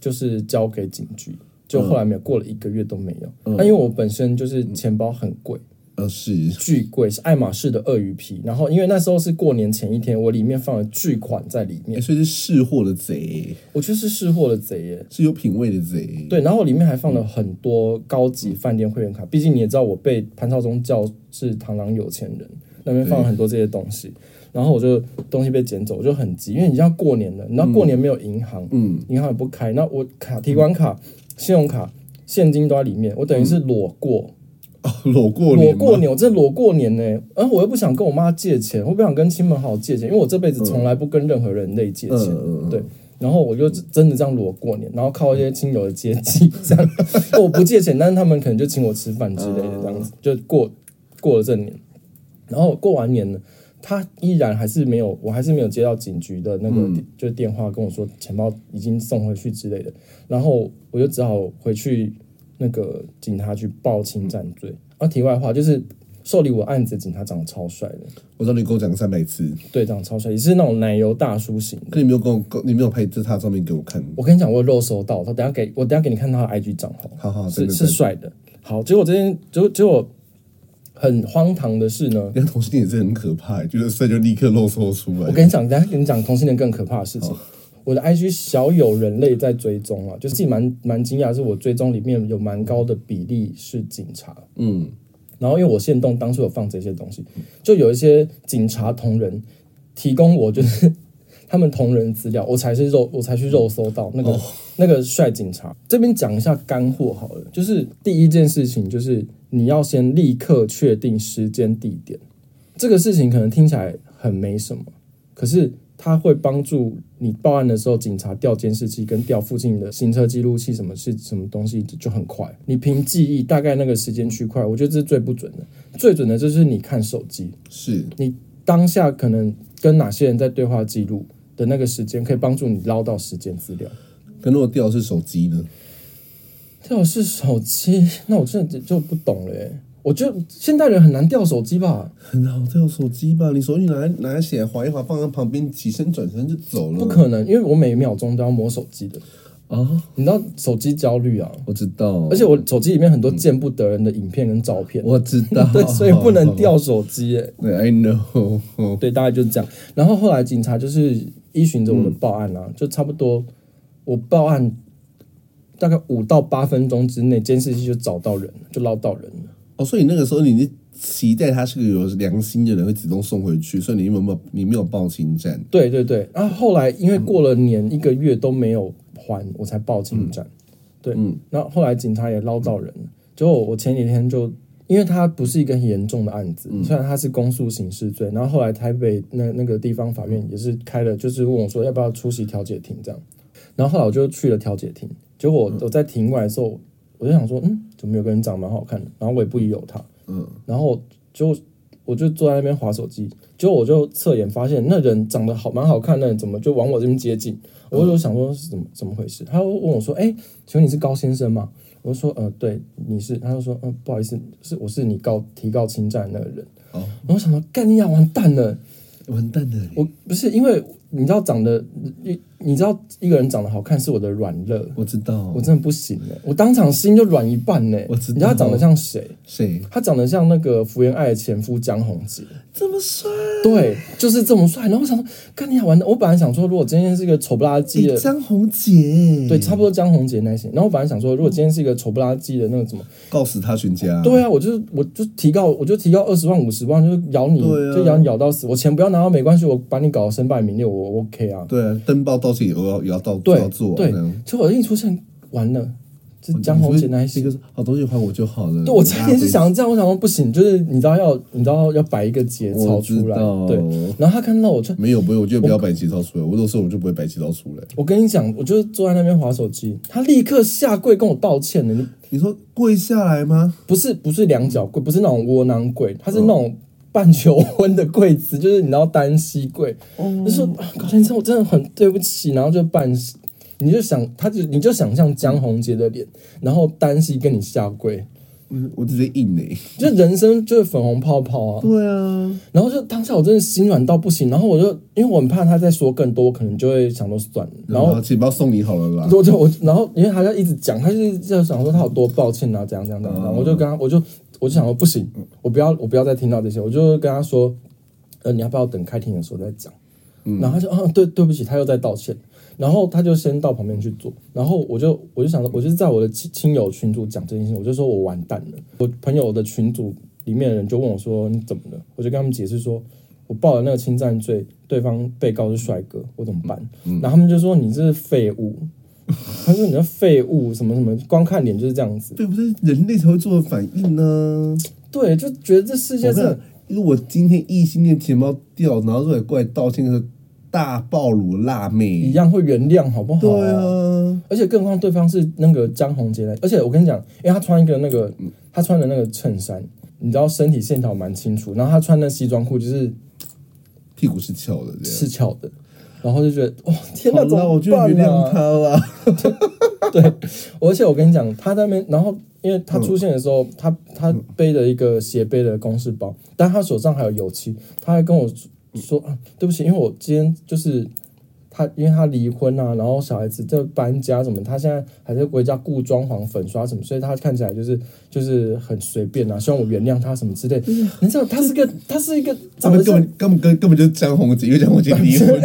A: 就是交给警局，就后来没有，过了一个月都没有。那、因为我本身就是钱包很贵，
B: 呃、是
A: 巨贵，是爱马仕的鳄鱼皮。然后因为那时候是过年前一天，我里面放了巨款在里
B: 哎、
A: 面，
B: 所以是识货的贼，
A: 我却是识货的贼耶。
B: 是有品味的贼。
A: 对，然后我里面还放了很多高级饭店会员卡，毕竟你也知道我被潘少忠叫是螳螂有钱人，那边放了很多这些东西，然后我就东西被捡走，我就很急，因为你像过年了，你知道过年没有银行，嗯，银行也不开，那我卡提款卡、
B: 嗯
A: 信用卡、现金都在里面，我等于是裸过。
B: 哦，裸过
A: 裸
B: 脸吗，
A: 过年，我真的裸过年呢、然后我又不想跟我妈借钱，我不想跟亲朋好友借钱，因为我这辈子从来不跟任何人类借钱，
B: 嗯嗯嗯
A: 对。然后我就真的这样裸过年，然后靠一些亲友的接济， 这样我不借钱，但是他们可能就请我吃饭之类的，这样子就过过了这年。然后过完年呢，他依然还是没有，我还是没有接到警局的那个、就电话跟我说钱包已经送回去之类的，然后我就只好回去那个警察局报侵占罪。啊，题外话就是受理我案子的警察长得超帅的，
B: 我知道你跟我讲三百次，
A: 队长超帅，也是那种奶油大叔型的。
B: 可你没有跟我，你没有拍这他的照片给我看。
A: 我跟你讲，我有肉收到，他等一下给我等一下给你看他的 IG 账号。
B: 好好，真
A: 是
B: 的
A: 是，帅的。好，结果这件结果结果很荒唐的是呢，
B: 人家同性恋也是很可怕欸，就是帅就立刻露出出来哦
A: 我。跟你讲，等一下跟你讲同性恋更可怕的事情。我的 IG 小有人类在追踪啊，就是自己蛮蛮惊讶，是我追踪里面有蛮高的比例是警察。
B: 嗯，
A: 然后因为我限动当初有放这些东西，就有一些警察同仁提供我就是 他们同仁资料，我才是肉我才去肉搜到
B: 哦
A: 那个、那个帅警察。这边讲一下干货好了，就是第一件事情就是你要先立刻确定时间地点，这个事情可能听起来很没什么，可是。它会帮助你报案的时候，警察调监视器跟调附近的行车记录器，什么是什么东西就很快。你凭记忆大概那个时间区块，我觉得这是最不准的。最准的就是你看手机，
B: 是
A: 你当下可能跟哪些人在对话记录的那个时间，可以帮助你捞到时间资料。
B: 可如果掉的是手机呢？
A: 掉是手机，那我真的就不懂了耶。我觉得现代人很难掉手机吧，
B: 很好掉手机吧，你手机拿拿起来划一划，放在旁边，起身转身就走了。
A: 不可能，因为我每秒钟都要摸手机的。
B: 啊！
A: 你知道手机焦虑啊，
B: 我知道，
A: 而且我手机里面很多见不得人的影片跟照片， ，
B: 我知 道
A: 对，所以不能。掉手机耶。
B: 对，I know。
A: 对，大概就是这样。然后后来警察就是依循着我的报案啊，就差不多我报案大概五到八分钟之内，监视器就找到人了，就捞到人了。
B: 哦，所以那个时候你期待他是个有良心的人，会主动送回去，所以你有没有你没有报侵占？
A: 对对对，然、后后来因为过了年一个月都没有还，我才报警站。对，
B: 嗯
A: 然后后来警察也捞到人了。结果我前几天就，因为它不是一个很严重的案子，
B: 嗯
A: 虽然它是公诉刑事罪，然后后来台北那那个地方法院也是开了，就是问我说要不要出席调解庭这样。然后后来我就去了调解庭，结果
B: 嗯
A: 我我在庭外的时候，我就想说，嗯，怎么有个人长得蛮好看的，然后我也不疑有他，
B: 嗯，
A: 然后就我就坐在那边划手机，结果我就侧眼发现那人长得好蛮好看的，那人怎么就往我这边接近？我就想说是怎么怎么回事？他就问我说：“哎、请问你是高先生吗？”我就说：“呃，对，你是。”他就说：“嗯、不好意思，是我是你告提告侵占那个人。”
B: 哦，
A: 然后我想说，干你呀，完蛋了！
B: 完蛋了，
A: 我不是因为你知道长得，你你知道一个人长得好看是我的软肋，
B: 我知道
A: 我，真的不行哎、我当场心就软一半呢、
B: 我知道
A: 你知道他长得像谁？
B: 谁
A: 他长得像那个福原爱的前夫江宏杰，
B: 这么帅？
A: 对，就是这么帅。然后我想说，干你好玩的。我本来想说，如果今天是一个丑不拉几
B: 诶
A: 的，
B: 张宏杰，
A: 对，差不多江宏杰那些。然后我本来想说，如果今天是一个丑不拉几的那个什么，
B: 告死他全家，
A: 对啊，我就是我就提高，我就提高二十万、五十万，就是咬你，
B: 对啊
A: 就咬你咬到死。我钱不要拿到没关系，我把你搞得身败名裂，我我 OK 啊。
B: 对啊，登报道歉也要也要到
A: 对
B: 要做啊，
A: 对
B: 这样，哦
A: 结果一出现，完了，这江宏杰那一些
B: 那。个好东西还我就好了。
A: 对，我差点是
B: 拉
A: 想这样，我想说不行，就是你知道要，你知道要摆一个节操出来
B: 我，
A: 对
B: 知道。
A: 然后他看到我就
B: 回去没有没有，我觉得不要摆旗套出来，我有时候我就不会摆旗套出来。
A: 我跟你讲，我就是坐在那边划手机，他立刻下跪跟我道歉了。你
B: 你说跪下来吗？
A: 不是不是两脚跪，不是那种窝囊跪，他是那种半求婚的跪姿，就是你知道单膝跪。就说啊高先生，我真的很对不起，然后就半膝，你就想他就你就想象江宏杰的脸，然后单膝跟你下跪，
B: 嗯，我直接硬 嘞、
A: 就人生就是粉红泡泡啊。
B: 对啊，
A: 然后就当下我真的心软到不行，然后我就因为我很怕他再说更多，我可能就会想说算了，然
B: 然
A: 后
B: 后钱包送你好了啦。
A: 我就我，然后因为他在一直讲，他就是在想说他有多抱歉啊，怎样怎样怎样，然后我就跟他，我就我就想说不行，我不要我不要再听到这些，我就跟他说，呃，你要不要等开庭的时候再讲？然后他就啊，对对不起，他又在道歉，然后他就先到旁边去坐，然后我就我就想说，我就是在我的亲亲友群组讲这件事，我就说我完蛋了，我朋友的群组里面的人就问我说你怎么了？我就跟他们解释说。我报了那个侵占罪，对方被告是帅哥，我怎么办？然后他们就说你这是废物，他说你的废物什么什么，光看脸就是这样子。
B: 对，不是人类才会做的反应呢、
A: 对，就觉得这世界
B: 我看
A: 是，
B: 如果今天异性恋钱包掉，然后再过来道歉的是大暴乳辣
A: 一
B: 妹，
A: 样会原谅，好不好？
B: 对。啊，
A: 而且更何况对方是那个江宏杰的，而且我跟你讲，因为他穿一个那个，他穿的那个衬衫，你知道身体线条蛮清楚，然后他穿的西装裤就是
B: 屁股是翘的这样。
A: 赤翘的，然后就觉得哇、天哪，
B: 好
A: 怎
B: 啦，
A: 么
B: 我就原
A: 办
B: 谅
A: 啊？
B: 他啦。
A: 对，而且我跟你讲，他在那边，然后因为他出现的时候，他他背了一个斜背的公事包，但他手上还有油漆，他还跟我说啊，对不起，因为我今天就是他，因为他离婚啊，然后小孩子在搬家什么，他现在还在回家顾装潢、粉刷什么，所以他看起来就是就是很随便啊，希望我原谅他什么之类。你知道，他是个他是一个
B: 他
A: 长
B: 们
A: 得像，
B: 根本根本根根本就是张宏杰，因为张宏杰离婚，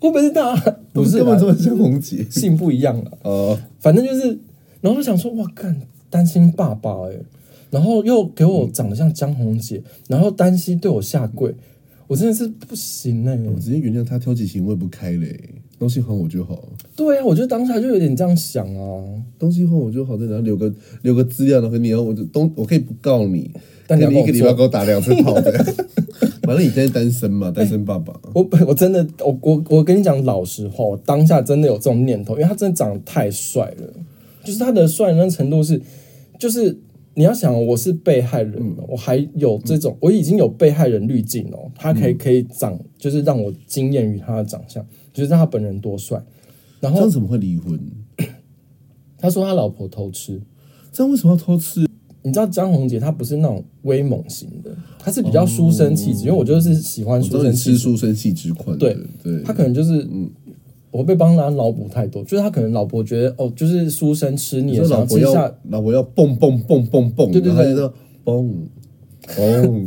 A: 我不是他，不是
B: 根本
A: 啦
B: 这么张宏杰。
A: 性不一样了。
B: 哦，
A: 反正就是，然后就想说，哇，干担心爸爸哎、然后又给我长得像江宏杰，然后担心对我下跪，我真的是不行哎、
B: 我直接原谅他挑起行为不开嘞，东西还我就好，
A: 对啊，我就当下就有点这样想啊，
B: 东西还我就好，再然后留个留个资料，然后你要我就东我可以不告你，
A: 但你要
B: 你一
A: 跟我
B: 个礼
A: 做
B: 拜给我打两次炮 的，反正你现在单身嘛，单身爸爸。
A: 我我真的，我我我跟你讲老实话，我当下真的有这种念头，因为他真的长得太帅了，就是他的帅那程度是，就是你要想我是被害人哦，我还有这种，我已经有被害人滤镜哦，他可以可以长，就是让我惊艳于他的长相，就是他本人多帅，然
B: 这样
A: 后
B: 怎么会离婚？
A: 他说他老婆偷吃。
B: 这样为什么要偷吃？
A: 你知道张宏杰他不是那种威猛型的，他是比较书生气质，因为我就是喜欢
B: 我知
A: 书
B: 道
A: 生
B: 你
A: 气
B: 吃
A: 质。
B: 书生气之困的，对
A: 他可能就是，
B: 嗯
A: 我被帮他脑补太多，就是他可能老婆觉得哦，就是书生吃
B: 你
A: 你的，
B: 说
A: 想
B: 老
A: 要
B: 婆
A: 吃一
B: 要
A: 下，
B: 老婆要蹦蹦蹦蹦蹦，
A: 对对
B: 然后他
A: 对
B: 就说 蹦蹦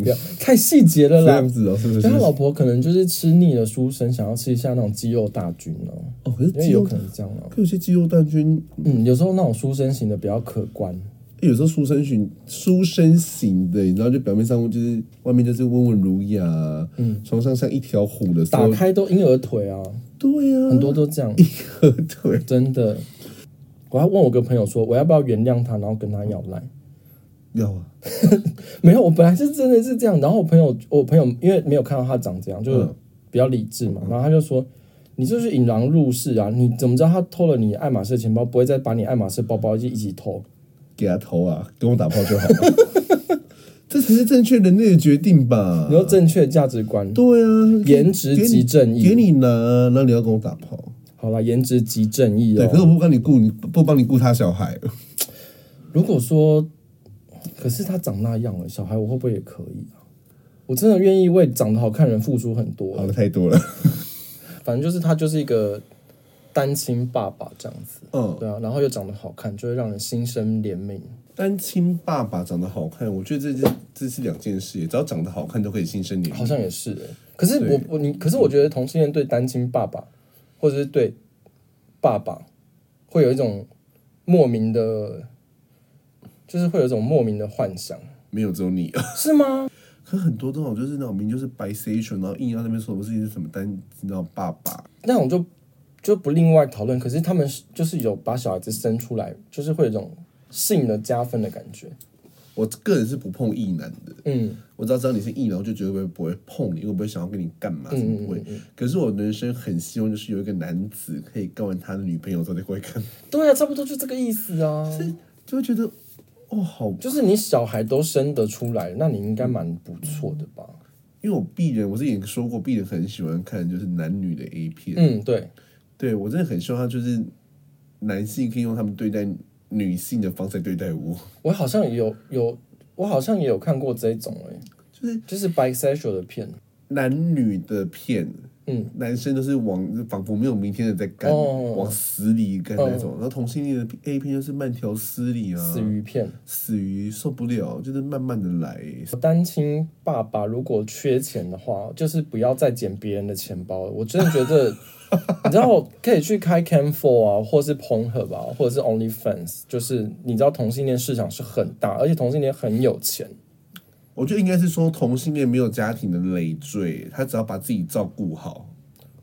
A: 不要太细节了
B: 这样
A: 啦。
B: 子哦，是不？
A: 就是他老婆可能就是吃腻了书生，想要吃一下那种肌肉大军哦，
B: 哦，可是
A: 因为
B: 肌
A: 有
B: 肉
A: 可能是这样哦。
B: 可有些肌肉蛋菌，
A: 嗯，有时候那种书生型的比较可观，
B: 哎、因为有时候书生型书生型的，你知道，就表面上就是外面就是温文儒雅，嗯，床上像一条虎的时
A: 打
B: 候，
A: 开都婴儿腿啊，
B: 对呀、啊，
A: 很多都这样，
B: 呵对，
A: 真的。我还问我个朋友说，我要不要原谅他，然后跟他要来。
B: 要啊，
A: 没有，我本来是真的是这样。然后我朋友，我朋友因为没有看到他长这样，就是
B: 嗯
A: 比较理智嘛。然后他就说：“你这是引狼入室啊！你怎么知道他偷了你爱马仕的钱包，不会再把你爱马仕的包包一起一起偷
B: 给他投啊，跟我打炮就好了， 这才是正确人类的决定？”吧
A: 你？说正确价值观，
B: 对啊，
A: 颜值即正
B: 给
A: 义。
B: 你拿，那你要跟我打炮。
A: 好啦，颜值即正义
B: 对，可
A: 哦。
B: 是我不帮你顾，你不帮你顾他小孩，
A: 如果说，可是他长那样了，小孩我会不会也可以啊？我真的愿意为长得好看的人付出很多。啊
B: 好的太多了。
A: 反正就是他就是一个单亲爸爸这样子。
B: 嗯，
A: 对啊，然后又长得好看，就会让人心生怜悯。
B: 单亲爸爸长得好看，我觉得这是这是两件事，只要长得好看都可以心生怜
A: 好
B: 悯。
A: 像也是、欸，可是我我你，可是我觉得同性恋对单亲爸爸，或者是对爸爸，会有一种莫名的，就是会有一种莫名的幻想，
B: 没有只有你，
A: 是吗？
B: 可很多这种就是那种明明就是 bisexual，然后硬要那边说我是什么单，你知道爸爸，
A: 那种就就不另外讨论。可是他们是就是有把小孩子生出来，就是会有一种性的加分的感觉。
B: 我个人是不碰异男的。
A: 嗯，
B: 我只要知道你是异男，我就绝对不会碰你，因为我不会想要跟你干嘛，什么不会。可是我人生很希望就是有一个男子可以干完他的女朋友之后再过来看，
A: 对啊，差不多就这个意思啊。
B: 就会觉得哦好，
A: 就是你小孩都生得出来，那你应该蛮不错的吧？
B: 因为我鄙人我之前也说过，鄙人很喜欢看就是男女的 A 片，
A: 嗯，对，
B: 对我真的很希望他就是男性可以用他们对待女性的方式来对待我，
A: 我好像有有，我好像也有看过这一种哎、
B: 就是
A: 就是 bisexual 的片，
B: 男女的片。
A: 嗯，
B: 男生都是往仿佛没有明天的在干
A: 哦
B: 往死里干那种。然后同性恋的 A 片就是慢条斯理啊，
A: 死鱼片。
B: 死鱼受不了，就是慢慢的来。
A: 单亲爸爸如果缺钱的话，就是不要再捡别人的钱包了。我真的觉 得，你知道可以去开 Cam Four 啊，或是 p o n h u b 啊，或者是 OnlyFans，就是你知道同性恋市场是很大，而且同性恋很有钱。
B: 我觉得应该是说同性恋没有家庭的累赘，他只要把自己照顾好，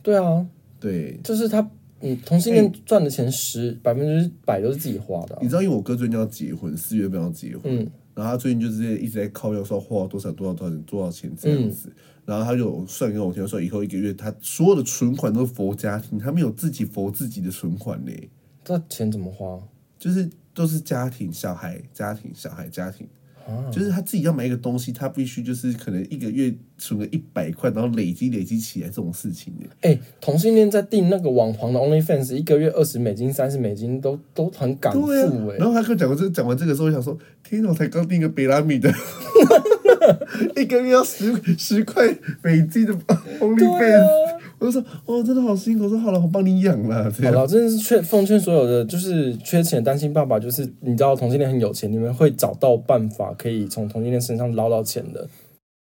A: 对啊，
B: 对。
A: 就是他，嗯，同性
B: 哎
A: 恋赚的钱十百分之百都是自己花的啊、
B: 你知道，因为我哥最近要结婚，四月份要结婚，
A: 嗯
B: 然后他最近就是一直在靠要说花多少多少多少多少钱这样子，然后他就有算给我听，说以后一个月他所有的存款都是佛家庭，他没有自己佛自己的存款嘞，
A: 这钱怎么花？
B: 就是都是家庭小孩家庭小孩家庭，
A: 啊
B: 就是他自己要买一个东西，他必须就是可能一个月存个一百块，然后累积累积起来这种事情耶
A: 哎、同性恋在订那个网黄的 OnlyFans，一个月二十美金、三十美金都都很敢付
B: 对啊
A: 哎、，
B: 然后他跟我讲过这讲完这个之后，我想说，天哪，我才刚订一个北拉米的， 一个月要十十块美金的 Only
A: 对
B: Fans，、
A: 啊
B: 我就说，哦，真的好辛苦。我说好了，我帮你养啦，这
A: 好
B: 样。
A: 了，真的是劝奉劝所有的就是缺钱的单亲爸爸，就是你知道同性恋很有钱，你们会找到办法可以从同性恋身上捞到钱的。